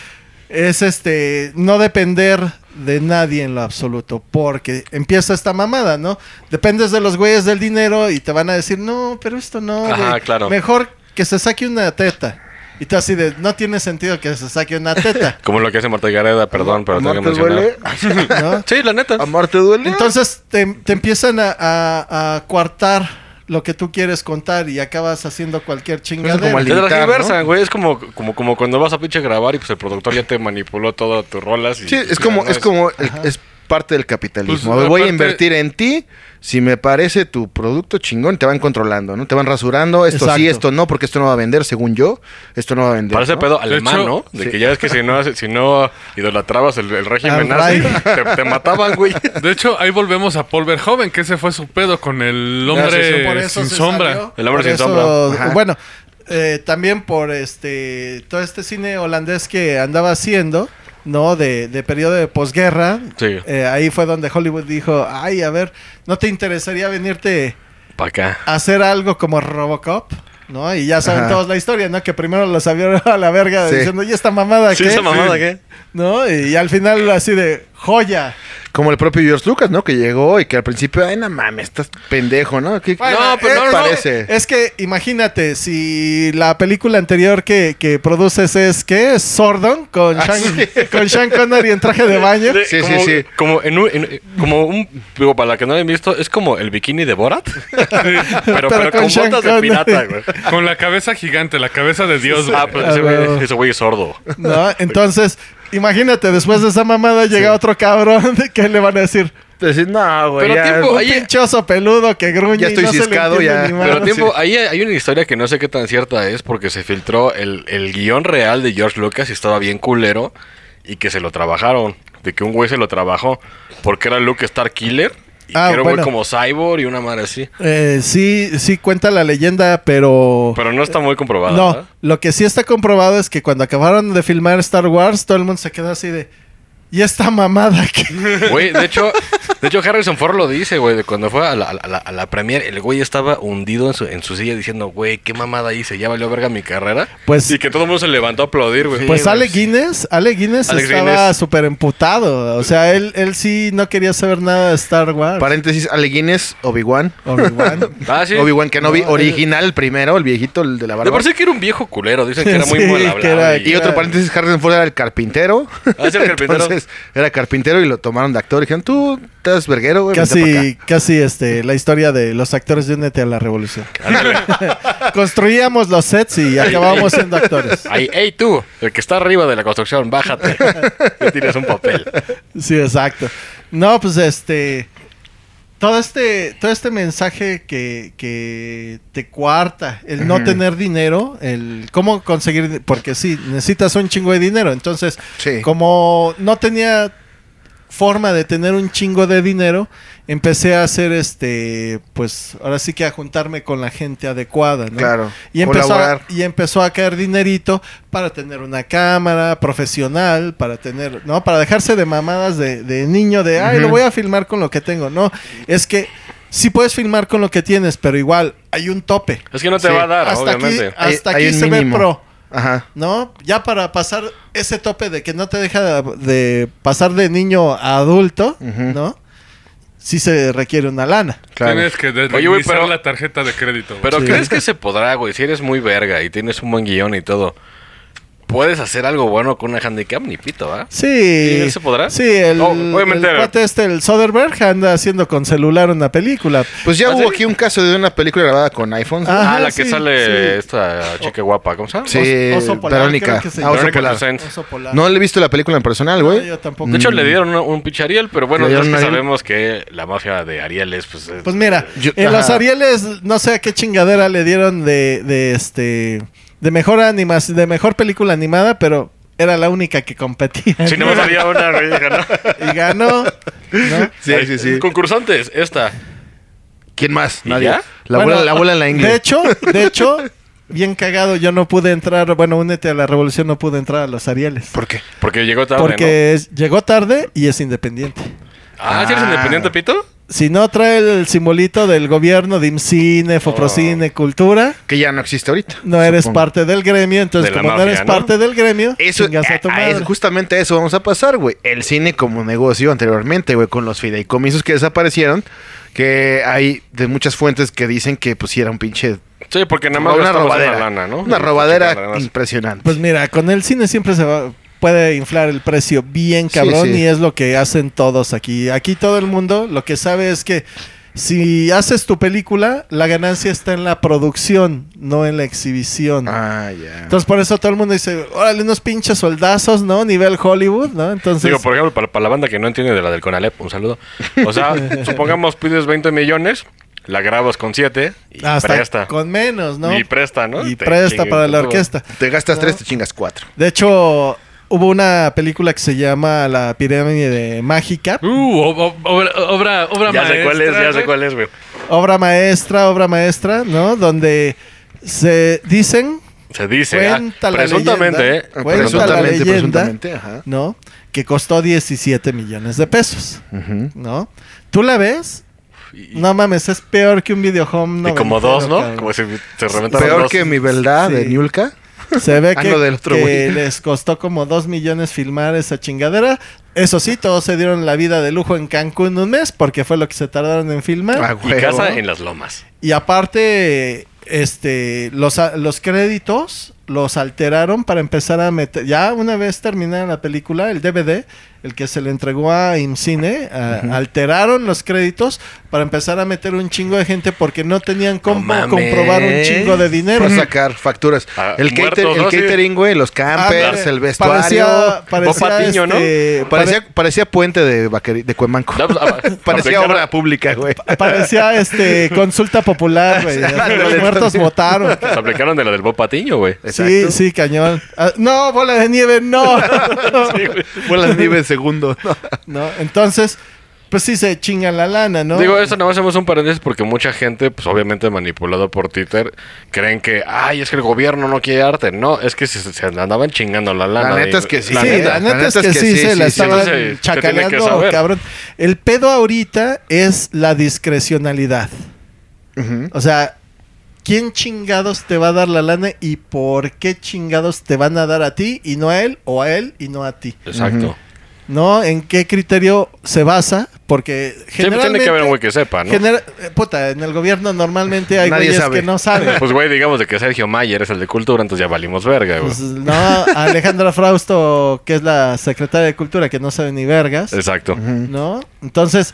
Es este, no depender de nadie en lo absoluto, porque empieza esta mamada, ¿no? Dependes de los güeyes del dinero y te van a decir, no, pero esto no, güey. Ajá, claro. Mejor que se saque una teta. Y tú así de, no tiene sentido que se saque una teta, Como lo que hace Marta Gareda, perdón, pero tengo Amor, que ¿te mencionar. duele? ¿no? Sí, la neta. Amor, ¿te duele? Entonces te, te empiezan a, a- a coartar lo que tú quieres contar y acabas haciendo cualquier chingadera. como al Te militar, transversa, ¿no? güey. Es como, como, como cuando vas a pinche grabar y pues el productor ya te manipuló todas tus rolas. y- sí, es y como, ya no es como, el- es parte del capitalismo. Pues, Voy a aparte- invertir en ti. Si me parece tu producto chingón, te van controlando, ¿no? Te van rasurando. Esto sí, Exacto. esto no, porque esto no va a vender, según yo. Esto no va a vender. Parece ¿no? pedo De alemán, hecho, ¿no? De sí. que ya ves que si no, si no idolatrabas el, el régimen Ah, nazi, right. te, te mataban, güey. De hecho, ahí volvemos a Paul Verhoeven, que ese fue su pedo con el hombre Por eso sin se sombra. salió. El hombre Por sin eso, sombra. Ajá. Bueno, eh, también por este todo este cine holandés que andaba haciendo, ¿no? De, de periodo de posguerra. Sí. Eh, ahí fue donde Hollywood dijo, ay, a ver, ¿no te interesaría venirte Pa' acá. a hacer algo como Robocop? ¿No? Y ya saben Ajá. todos la historia, ¿no? Que primero los aviones a la verga Sí. diciendo, ¿y esta mamada Sí, qué? esa mamada, ¿qué? ¿No? Y al final así de joya. Como el propio George Lucas, ¿no? Que llegó y que al principio, ay, no mames, estás pendejo, ¿no? ¿Qué- Bueno, pues ¿qué eh, parece? Es que imagínate, si la película anterior que, que produces es ¿qué? es Sordon con, Ah, Sean, sí. con Sean Connery en traje de baño. De- Sí, sí, como, sí. Como, en un, en- como un. Digo, para la que no hayan visto, es como el bikini de Borat. pero, pero Pero con con Sean botas de Connery. pirata, güey. Con la cabeza gigante, la cabeza de Dios. Ah, güey. pero ese Ah, güey, huevo. ese güey es sordo. ¿no? Entonces, imagínate, después de esa mamada llega otro cabrón que le van a decir, Decir, no, güey, Pero ya- tiempo- Oye. pinchoso peludo que gruñe Ya estoy y no se le ciscado, entiende ya. ni madre". Pero tiempo, ahí hay una historia que no sé qué tan cierta es porque se filtró el, el guión real de George Lucas y estaba bien culero y que se lo trabajaron. De que un güey se lo trabajó porque era Luke Star Killer y Ah, que era un bueno. güey como Cyborg y una madre así. Eh, sí, sí cuenta la leyenda, pero... Pero no está muy comprobado. No, ¿verdad? lo que sí está comprobado es que cuando acabaron de filmar Star Wars, todo el mundo se quedó así de... ¿Y esta mamada que... Güey, de hecho, de hecho Harrison Ford lo dice, güey, de cuando fue a la, a la- a la premier, el güey estaba hundido en su, en su silla diciendo, güey, qué mamada hice, ya valió verga mi carrera. Pues- y que todo el mundo se levantó a aplaudir, güey. Pues Ale sale Guinness, Ale Guinness Alex estaba Guinness. súper emputado. O sea, él, él sí no quería saber nada de Star Wars. Paréntesis, Ale Guinness, Obi-Wan. Obi-Wan. Ah, sí. Obi-Wan Kenobi, No, eh. original primero, el viejito, el de la De barba. por sí que era un viejo culero, dicen que era muy Sí, mal que era- hablado. Y otro paréntesis, Harrison Ford era el carpintero. Ah, sí, el carpintero. Pérez era carpintero y lo tomaron de actor. Y dijeron, tú estás verguero, pues, güey. vente pa' Casi, acá". casi este, la historia de los actores de Únete a la Revolución. Construíamos los sets y acabábamos siendo actores. Ahí, hey tú, el que está arriba de la construcción, bájate. Ya tienes un papel. Sí, exacto. No, pues este. Todo este, todo este mensaje que, que te cuarta, el no tener dinero, el cómo conseguir, porque sí, necesitas un chingo de dinero. Entonces, Sí. como no tenía forma de tener un chingo de dinero, empecé a hacer este, pues ahora sí que a juntarme con la gente adecuada, ¿no? Claro, Y empezó, a, colaborar. y empezó a caer dinerito para tener una cámara profesional, para tener, ¿no? Para dejarse de mamadas de, de niño de, ay, lo voy a filmar con lo que tengo, ¿no? Es que sí puedes filmar con lo que tienes, pero igual hay un tope. Es que no te Sí. va a dar, Hasta obviamente. aquí- hasta Hay- hay un se ve mínimo. pro. Ajá. ¿no? Ya para pasar ese tope de que no te deja de pasar de niño a adulto, Ujú. ¿no? Sí se requiere una lana. Claro. Tienes que deslizar Oye, güey, pero- la tarjeta de crédito. güey. Pero Sí. ¿crees que se podrá, güey? Si eres muy verga y tienes un buen guión y todo, ¿puedes hacer algo bueno con una handicap? Ni pito, ¿ah? Sí. ¿Y se podrá? Sí, el, Oh, obviamente. el cuate este, el Soderbergh, anda haciendo con celular una película. Pues ya ¿Ah, hubo sí? aquí un caso de una película grabada con iPhones. Ah. Ajá, ah, la que sí, sale sí. esta chica guapa, ¿cómo se llama? Sí, Oso- oso polar, Verónica. creo que se Ah, Oso Verónica Polar. Toussaint. Oso polar. No le he visto la película en personal, güey. No, Ah, yo tampoco. De hecho, le dieron un, un pinche Ariel, pero bueno, Le ya dieron es que un Ariel. sabemos que la mafia de Ariel es, pues... es- Pues mira, Yo- en los ajá. Arieles, no sé a qué chingadera le dieron de, de este de mejor anima- de mejor película animada, pero era la única que competía. Si no me salía una, güey, ganó. Y ganó. ¿no? Sí, sí, sí. Concursantes, esta. ¿Quién más? ¿Y Nadie. ya? La Bueno, abuela, la abuela en la ingle. De hecho, de hecho, bien cagado, yo no pude entrar, bueno, únete a la revolución, no pude entrar a los Arieles. ¿Por qué? Porque llegó tarde, Porque es- llegó tarde y es independiente. ¿no? Ah, ¿sí eres Ah. independiente, Pito? Si no trae el simbolito del gobierno de IMCINE, Oh. FOPROCINE, Cultura, Que ya no existe ahorita. no eres supongo. parte del gremio, entonces De la como no mafia, eres ¿no? parte del gremio, Eso, chingas a tu a- a madre. eso- justamente a eso vamos a pasar, güey. El cine como negocio anteriormente, güey, con los fideicomisos que desaparecieron, que hay de muchas fuentes que dicen que pues sí era un pinche... Sí, porque nada más una gastamos robadera, una lana, ¿no? Una Chica, nada robadera más. impresionante. Pues mira, con el cine siempre se va- puede inflar el precio bien Sí, cabrón sí. y es lo que hacen todos aquí. Aquí todo el mundo lo que sabe es que si haces tu película, la ganancia está en la producción, no en la exhibición. ah, ya. Entonces por eso todo el mundo dice, órale, unos pinches soldazos, ¿no? Nivel Hollywood, ¿no? Entonces... Digo, por ejemplo, para, para la banda que no entiende de la del Conalep, un saludo. O sea, supongamos pides 20 millones, la grabas con 7 y hasta presta. con menos, ¿no? Y presta, ¿no? Y Te presta chingue para la todo. orquesta. Te gastas tres, te chingas cuatro. De hecho, hubo una película que se llama La pirámide mágica. Uh, ob- ob- obra, obra, obra Ya sé cuál es, maestra, ¿eh? ya sé güey. cuál es, güey. obra maestra, obra maestra, ¿no? Donde se dicen, Se dice. ah, Cuenta la presuntamente, leyenda. ¿eh? Cuenta la presuntamente, leyenda. presuntamente, ajá. ¿no? Que costó 17 millones de pesos, Ujú. ¿no? ¿Tú la ves? Y, No mames, es peor que un videohome. y como dos, ¿no? noventero, Como si se reventaron Peor dos. que mi verdad de Sí. Niulka. cabrón. Se ve Ah, que, no, del otro que güey. les costó como 2 millones filmar esa chingadera. Eso sí, todos se dieron la vida de lujo en Cancún un mes porque fue lo que se tardaron en filmar. Ah, Y Huevo, casa ¿no? en las lomas. Y aparte, este, los, a- los créditos los alteraron para empezar a meter. Ya una vez terminada la película, el DVD, el que se le entregó a IMCINE, a- alteraron los créditos para empezar a meter un chingo de gente porque no tenían cómo mames. comprobar un chingo de dinero. Para sacar facturas. Ah, el, muertos, cater- el ¿no? Sí. catering, güey, los campers, Ah, el vestuario. Parecía, Bob parecía, Patiño, ¿no? este, Parecía, parecía puente de, Vaqueri- de Cuemanco. No, pues, ah, parecía aplicar- obra pública, güey. pare- parecía, este consulta popular, güey. Los muertos votaron. Se aplicaron de la del Bob Patiño, güey. Sí, sí, cañón. Ah, no, bola de nieve, no. Bolas de nieve en segundo. ¿no? ¿no? Entonces, pues sí se chinga la lana, ¿no? Digo, esto nada más hacemos un paréntesis porque mucha gente, pues obviamente manipulado por Twitter, creen que, ay, es que el gobierno no quiere arte. No, es que se, se andaban chingando la lana. La neta Y- es que sí. Sí, la neta, es que, sí, se la sí, estaban sí, sí, se tiene que chacaleando, saber. cabrón. El pedo ahorita es la discrecionalidad. Ujú. O sea, ¿quién chingados te va a dar la lana y por qué chingados te van a dar a ti y no a él o a él y no a ti? Exacto. ¿No? ¿En qué criterio se basa Porque Siempre generalmente... tiene que haber un güey que sepa, ¿no? genera- eh, puta, en el gobierno normalmente hay Nadie güeyes sabe. que no saben. Pues güey, digamos de que Sergio Mayer es el de cultura, entonces ya valimos verga, güey. Pues, no, Alejandra Frausto, que es la secretaria de Cultura, que no sabe ni vergas, Exacto. ¿no? Entonces,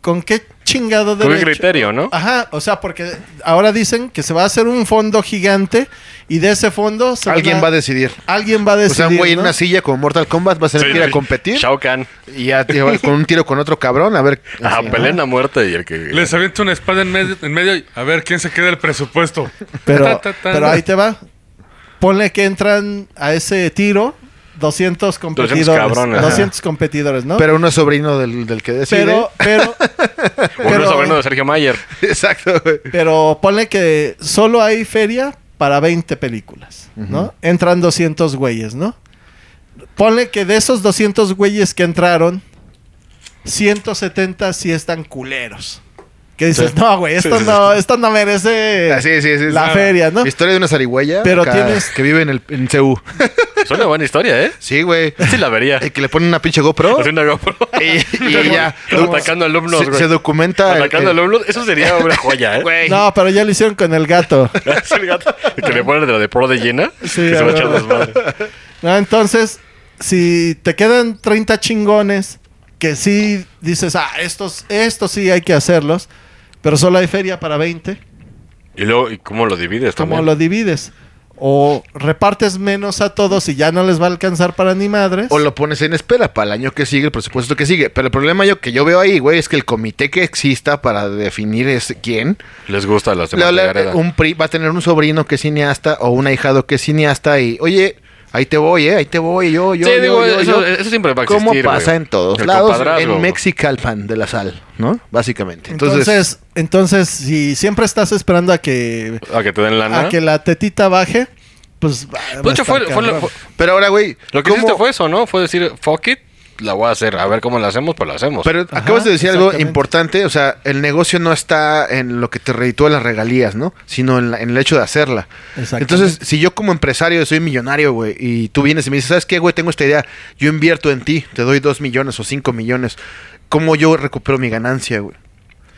¿con qué chingado Con un derecho? criterio, ¿no? Ajá, o sea, porque ahora dicen que se va a hacer un fondo gigante y de ese fondo se van Alguien va a decidir. alguien va a o sea, decidir. un güey ¿no? en una silla con Mortal Kombat va a tener Sí, que ir a sí. competir. Shao Kahn. Y ya te va con un tiro con otro cabrón. A ver. Ajá, así, ¿no? peleen a muerte y el que... Les aviento una espada en medio, en medio y a ver quién se queda el presupuesto. Pero, Ta, ta, ta. pero ahí te va. Ponle que entran a ese tiro 200 competidores. 200 cabrones, ajá. competidores, ¿no? Pero uno es sobrino del, del que decide. pero, pero, Uno pero- es sobrino de Sergio Mayer. Exacto, güey. pero ponle que solo hay feria para 20 películas, ¿no? Entran 200 güeyes, ¿no? Ponle que de esos 200 güeyes que entraron, 170 sí están culeros. Que dices, no, güey, esto, no, esto no merece Ah, sí, sí, sí, eh, la sí. feria, ¿no? Historia de una zarigüeya Pero acá tienes- que vive en, el, en CU. Es una buena historia, ¿eh? Sí, güey. Sí la vería. Eh, que le ponen una pinche GoPro Haciendo GoPro. y, y ella Atacando alumnos, se, güey. se documenta. Ah, el- Atacando el- alumnos. Eso sería una joya, ¿eh? Güey. No, pero ya lo hicieron con el gato. Es el gato que le ponen de la de pro de llena. Sí, que se va a a echar huevo. desmadre. No, Ah, entonces, si te quedan 30 chingones que sí dices, ah, estos, estos sí hay que hacerlos, pero solo hay feria para 20, Y luego, ¿y cómo lo divides ¿cómo también? lo divides? O repartes menos a todos y ya no les va a alcanzar para ni madres. O lo pones en espera para el año que sigue, el presupuesto que sigue. Pero el problema yo que yo veo ahí, güey, es que el comité que exista para definir es quién, Les gusta a los Le- demás le- de Gareda. un pri va a tener un sobrino que es cineasta o un ahijado que es cineasta y, oye, ahí te voy, ¿eh? Ahí te voy, yo, yo, Sí, yo, digo, yo, eso- yo. eso siempre va a ¿Cómo existir, pasa güey? en todos El lados? compadrazgo. En Mexicalpan de la sal, ¿no? Básicamente. Entonces, entonces, entonces, si siempre estás esperando a que, A que te den lana. a que la tetita baje, pues... va- va De a hecho, estar fue, fue lo, cabrón. fue- pero ahora, güey, lo que ¿cómo- hiciste fue eso, ¿no? Fue decir, fuck it, la voy a hacer. A ver cómo la hacemos, pues la hacemos. Pero Ajá, acabas de decir algo exactamente. importante, o sea, el negocio no está en lo que te reditúa las regalías, ¿no? Sino en, la- en el hecho de hacerla. Exactamente. Entonces, si yo como empresario soy millonario, güey, y tú vienes y me dices, ¿sabes qué, güey? Tengo esta idea, yo invierto en ti, te doy dos millones o cinco millones, ¿cómo yo recupero mi ganancia, güey?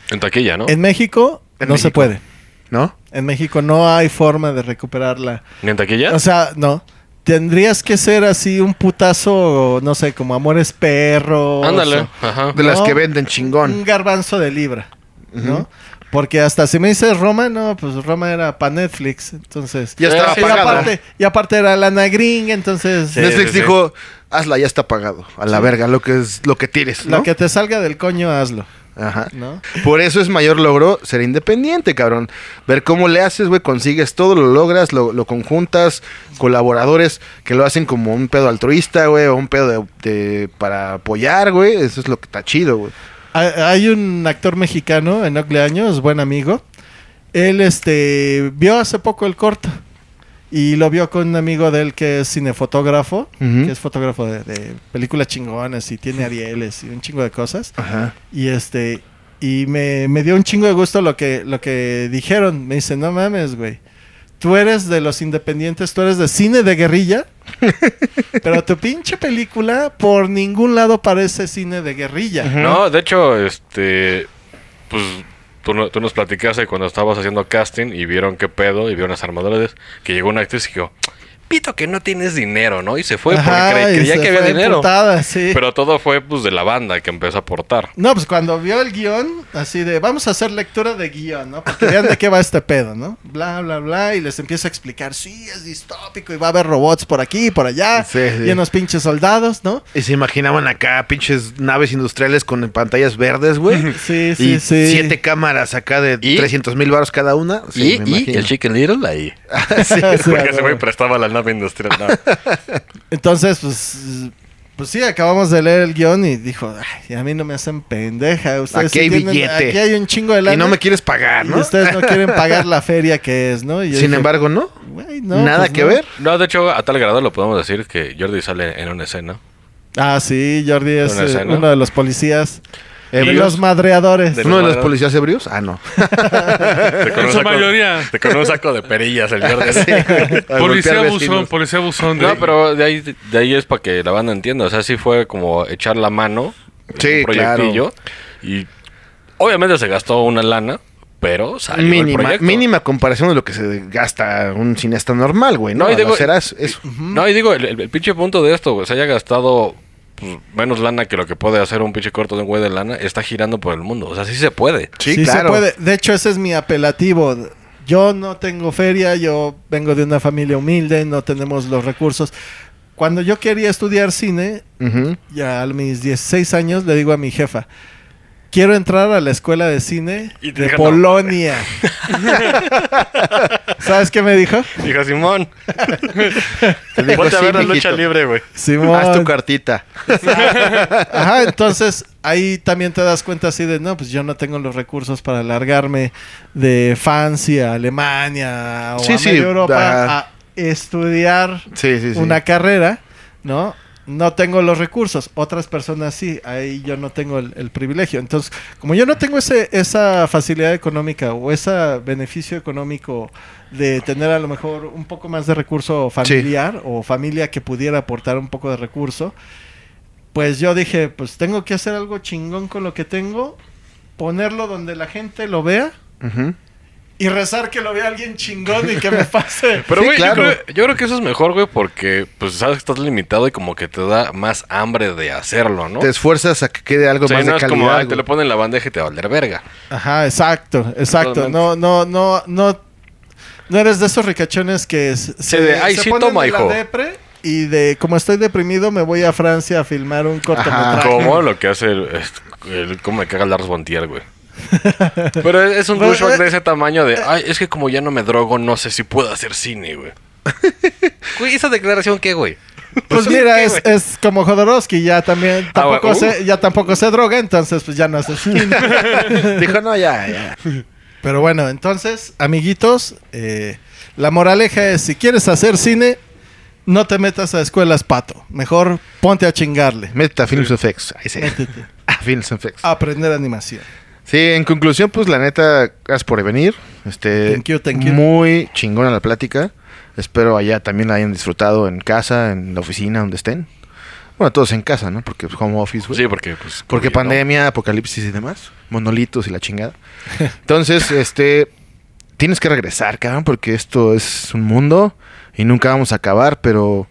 en taquilla, ¿no? En México En no se México. puede. ¿No? En México no hay forma de recuperarla. ¿Ni en taquilla? O sea, no. Tendrías que ser así un putazo, no sé, como Amores Perros. Ándale. o Ajá. De las No. que venden Un chingón. garbanzo de libra, ¿no? Porque hasta si me dices Roma, no, pues Roma era para Netflix, entonces... Ya estaba Ah, sí, y, pagado. aparte, y aparte era lana gringa, entonces... Sí, Netflix sí, sí. dijo, hazla, ya está pagado. A la verga, lo que es, lo que tires, ¿no? Lo que te salga del coño, hazlo, Ajá. ¿no? Por eso es mayor logro ser independiente, cabrón. Ver cómo le haces, güey, consigues todo, lo logras, lo, lo conjuntas, colaboradores que lo hacen como un pedo altruista, güey, o un pedo de, de- para apoyar, güey. Eso es lo que está chido, güey. Hay- Ah, Hay un actor mexicano, Enocle Años, buen amigo. Él este vio hace poco el corto y lo vio con un amigo de él que es cinefotógrafo, Ujú. que es fotógrafo de, de películas chingonas y tiene Arieles y un chingo de cosas. Ajá. Y este y me, me dio un chingo de gusto lo que, lo que dijeron. Me dice, no mames, güey. Tú eres de los independientes, tú eres de cine de guerrilla, pero tu pinche película por ningún lado parece cine de guerrilla. No, de hecho, este. Pues tú, no- tú nos platicaste cuando estabas haciendo casting y vieron qué pedo y vieron las armaduras. Que llegó una actriz y dijo: Pito, que no tienes dinero, ¿no? Y se Pues, fue Ajá, porque cre- y creía se que había fue dinero. emputada, sí. Pero todo fue pues de la banda que empezó a aportar. No, pues cuando vio el guión, así de, vamos a hacer lectura de guión, ¿no? Porque vean de qué va este pedo, ¿no? Bla, bla, bla, y les empieza a explicar, sí, es distópico y va a haber robots por aquí y por allá, Sí, sí. y unos pinches soldados, ¿no? Y se imaginaban acá pinches naves industriales con pantallas verdes, güey. Sí, y sí, sí. siete cámaras acá de ¿Y? 300 mil baros cada una. Sí, me imagino. Chicken Little ahí. Sí, Porque ese a güey huevo. prestaba la nave industrial. No. Entonces, pues, pues sí, acabamos de leer el guión y dijo, "Ay, a mí no me hacen pendeja, ustedes Aquí sí hay tienen- billete. aquí hay un chingo de lana. Y no me quieres pagar, y ¿no? ustedes no quieren pagar la feria que es, ¿no? Y yo Sin dije, embargo, ¿no? "Güey, no, Nada pues que no". ver. No, de hecho, a tal grado lo podemos decir que Jordi sale en una escena. Ah, sí, Jordi es Una eh, escena. uno de los policías. Eh, de ¿Ebrios? los madreadores. De- ¿Uno de los Bueno. policías ebrios? Ah, no. Te con En un su saco- mayoría. te con un saco de perillas el Jordi. Al Policía golpear buzón, vecinos. policía buzón. de- No, pero de ahí, de ahí es para que la banda entienda. O sea, sí fue como echar la mano Sí, un proyectillo. Y obviamente se gastó una lana, pero salió el Mínima, proyecto. mínima comparación de lo que se gasta un cineasta normal, güey, ¿no? No, y Al digo- hacer as- eso. No, y digo, el, el- el pinche punto de esto, güey, se haya gastado pues, menos lana que lo que puede hacer un pinche corto de un güey de lana, está girando por el mundo. O sea, sí se puede. Sí, se claro. puede. De hecho, ese es mi apelativo. Yo no tengo feria, yo vengo de una familia humilde, no tenemos los recursos. Cuando yo quería estudiar cine, Ujú. ya a mis 16 años, le digo a mi jefa, quiero entrar a la escuela de cine Y te de dijo, "No". Polonia. ¿Sabes qué me dijo? Dijo Simón, Te digo, ponte a "Sí, ver la mijito, lucha libre, güey. Simón. Haz tu cartita. Ajá, entonces ahí también te das cuenta así de, no, pues yo no tengo los recursos para largarme de Francia, a Alemania o Sí, a sí, media Europa da- a estudiar Sí, sí, sí. una carrera, ¿no? No tengo los recursos, otras personas sí, ahí yo no tengo el, el privilegio. Entonces, como yo no tengo ese, esa facilidad económica o ese beneficio económico de tener a lo mejor un poco más de recurso familiar o familia que pudiera aportar un poco de recurso, pues yo dije, pues tengo que hacer algo chingón con lo que tengo, ponerlo donde la gente lo vea Ujú. y rezar que lo vea alguien chingón y que me pase. Pero, Sí, güey, yo claro. creo- yo, creo que eso es mejor, güey, porque pues sabes que estás limitado y como que te da más hambre de hacerlo, ¿no? Te esfuerzas a que quede algo O sea, más no de es como, calidad. "Ay, te güey. lo ponen en la bandeja y te va a valer verga. Ajá, exacto, exacto. Totalmente. No, no, no, no. No eres de esos ricachones que s- se, de, "Ay, sí, ponen toma, de la hijo". depre y de como estoy deprimido me voy a Francia a filmar un cortometraje. Como lo que hace el, el, cómo me caga el Lars Bontier, güey. Pero es es un Pues, Pero, douchebag eh, de ese tamaño de, ay, es que como ya no me drogo, no sé si puedo hacer cine, güey. Güey, ¿esa declaración qué, güey? Pues mira, es, es como Jodorowsky, ya también Ah, bueno, tampoco uh. se, ya tampoco se droga, entonces pues ya no hace cine. Dijo, no, ya, ya. Pero bueno, entonces, amiguitos, eh, la moraleja es si quieres hacer cine, no te metas a escuelas pato. Mejor ponte a chingarle. Métete a Films FX. Ahí sí. Métete. A Films FX. A aprender animación. Sí, en conclusión, pues la neta, gracias por venir. Este, Thank you, thank you. Muy chingona la plática. Espero allá también la hayan disfrutado en casa, en la oficina, donde estén. Bueno, todos en casa, ¿no? Porque pues, home office, güey. Sí, porque, pues... Porque oye, pandemia, apocalipsis y demás. Monolitos y la chingada. Entonces, este. Tienes que regresar, cabrón, porque esto es un mundo y nunca vamos a acabar, pero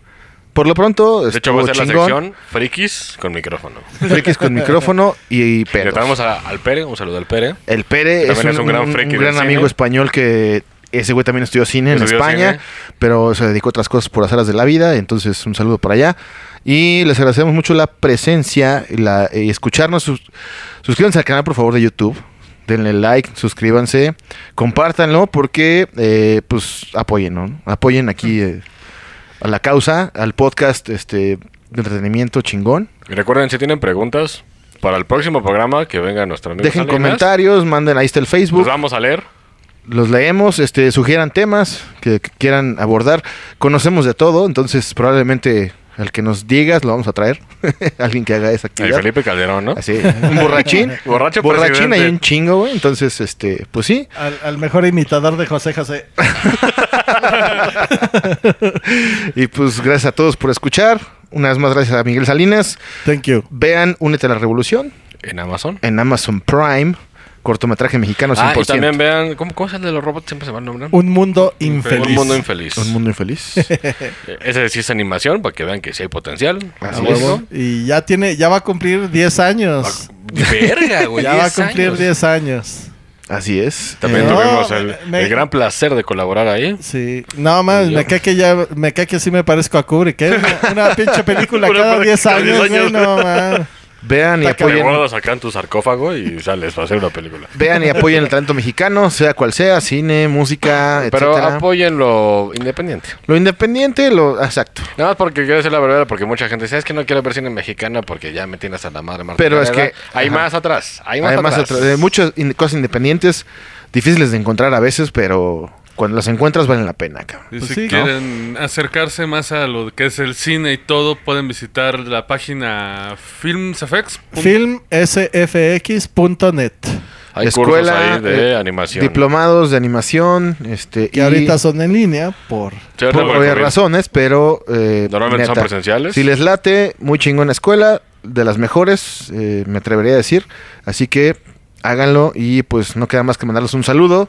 por lo pronto. ¿no? De hecho, va a estuvo ser la chingón. sección frikis con micrófono. Frikis con micrófono y, Le pedos. traemos a- al Pere, un saludo al Pere. El Pere es un, También es un gran un- un friki del gran cine. amigo español que ese güey también estudió cine en Estudió España, cine. pero se dedicó a otras cosas por azaras de la vida, entonces un saludo para allá. Y les agradecemos mucho la presencia y la, y escucharnos. Sus- suscríbanse al canal, por favor, de YouTube. Denle like, suscríbanse, compártanlo porque, eh, pues, apoyen, ¿no? Apoyen aquí eh, a la causa, al podcast este, de entretenimiento chingón. Y recuerden, si tienen preguntas para el próximo programa, que venga nuestro amigo Dejen Salinas. comentarios, manden, ahí está el Facebook. Los vamos a leer. los leemos, este, sugieran temas que, que quieran abordar. Conocemos de todo, entonces probablemente al que nos digas lo vamos a traer. Alguien que haga esa El actividad. Felipe Calderón, ¿no? Así, un borrachín. Borracho borrachín presidente. hay un chingo, güey. Entonces, este, pues sí. Al, al mejor imitador de José José. Y pues gracias a todos por escuchar. Una vez más, gracias a Miguel Salinas. Thank you. Vean Únete a la Revolución En Amazon. en Amazon Prime. Cortometraje mexicano 100%. Ah, y también vean, ¿cómo, ¿cómo es el de los robots? Siempre se va el nombre. Un mundo infeliz. Un mundo infeliz. Un mundo infeliz. Eh, Ese sí es animación, para que vean que sí hay potencial. A Así huevo. Y ya tiene, ya va a cumplir 10 años. Ah, Verga, güey. ya va a 10 cumplir años. 10 años. Así es. Eh, También No, tuvimos el, me- me- el gran placer de colaborar ahí. Sí. No más, Yo. me cae que ya, me cae que sí me parezco a Kubrick, ¿eh? Una, una pinche película Una cada para 10 cada 10 años, güey, años. no mames. Vean y Está Te apoyen. guardas acá en tu sarcófago y sales para hacer una película. Vean y apoyen el talento mexicano, sea cual sea, cine, música, Pero etcétera. apoyen lo independiente. Lo independiente, lo exacto. Nada más porque quiero decir la verdad, porque mucha gente dice, es que no quiero ver cine mexicano porque ya me tienes a la madre. Marta Pero es Gareda". que- Hay ajá. más atrás. Hay más Además, atrás. otra- de muchas in- cosas independientes, difíciles de encontrar a veces, pero cuando las encuentras valen la pena, cabrón. Y Pues si sí, ¿no? quieren acercarse más a lo que es el cine y todo, pueden visitar la página filmsfx. Filmsfx.net. Hay cursos ahí de eh, animación. Diplomados de animación, este. Que ahorita son en línea por Sí, ahorita por voy a obvias correr. razones, pero. eh, Normalmente son presenciales. Si les late, muy chingona escuela. de las mejores, eh, me atrevería a decir. Así que háganlo y pues no queda más que mandarles un saludo.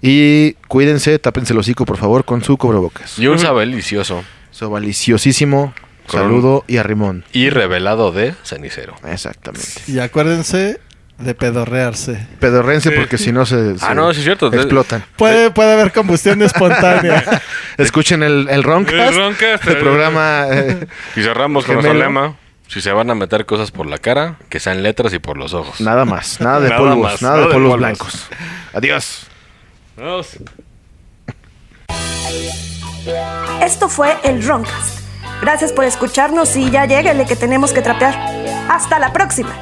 Y cuídense, tápense el hocico, por favor, con su cobrebocas. Y un sabel delicioso Sobaliciosísimo Con- saludo y arrimón. y revelado de cenicero. Exactamente. Y acuérdense de pedorrearse. Pedorrense Sí. porque si no se, Ah, se no, sí es cierto. explotan. Puede, puede haber combustión espontánea. Escuchen el, el Roncast. El Roncast. el programa eh, Y cerramos con Gemelo. nuestro lema. Si se van a meter cosas por la cara, que sean letras y por los ojos. Nada más, nada de Nada polvos, más, nada, nada de de polvos polvos. blancos. Adiós. Vamos. Esto fue el Roncast. Gracias por escucharnos y ya lléguele que tenemos que trapear. ¡Hasta la próxima!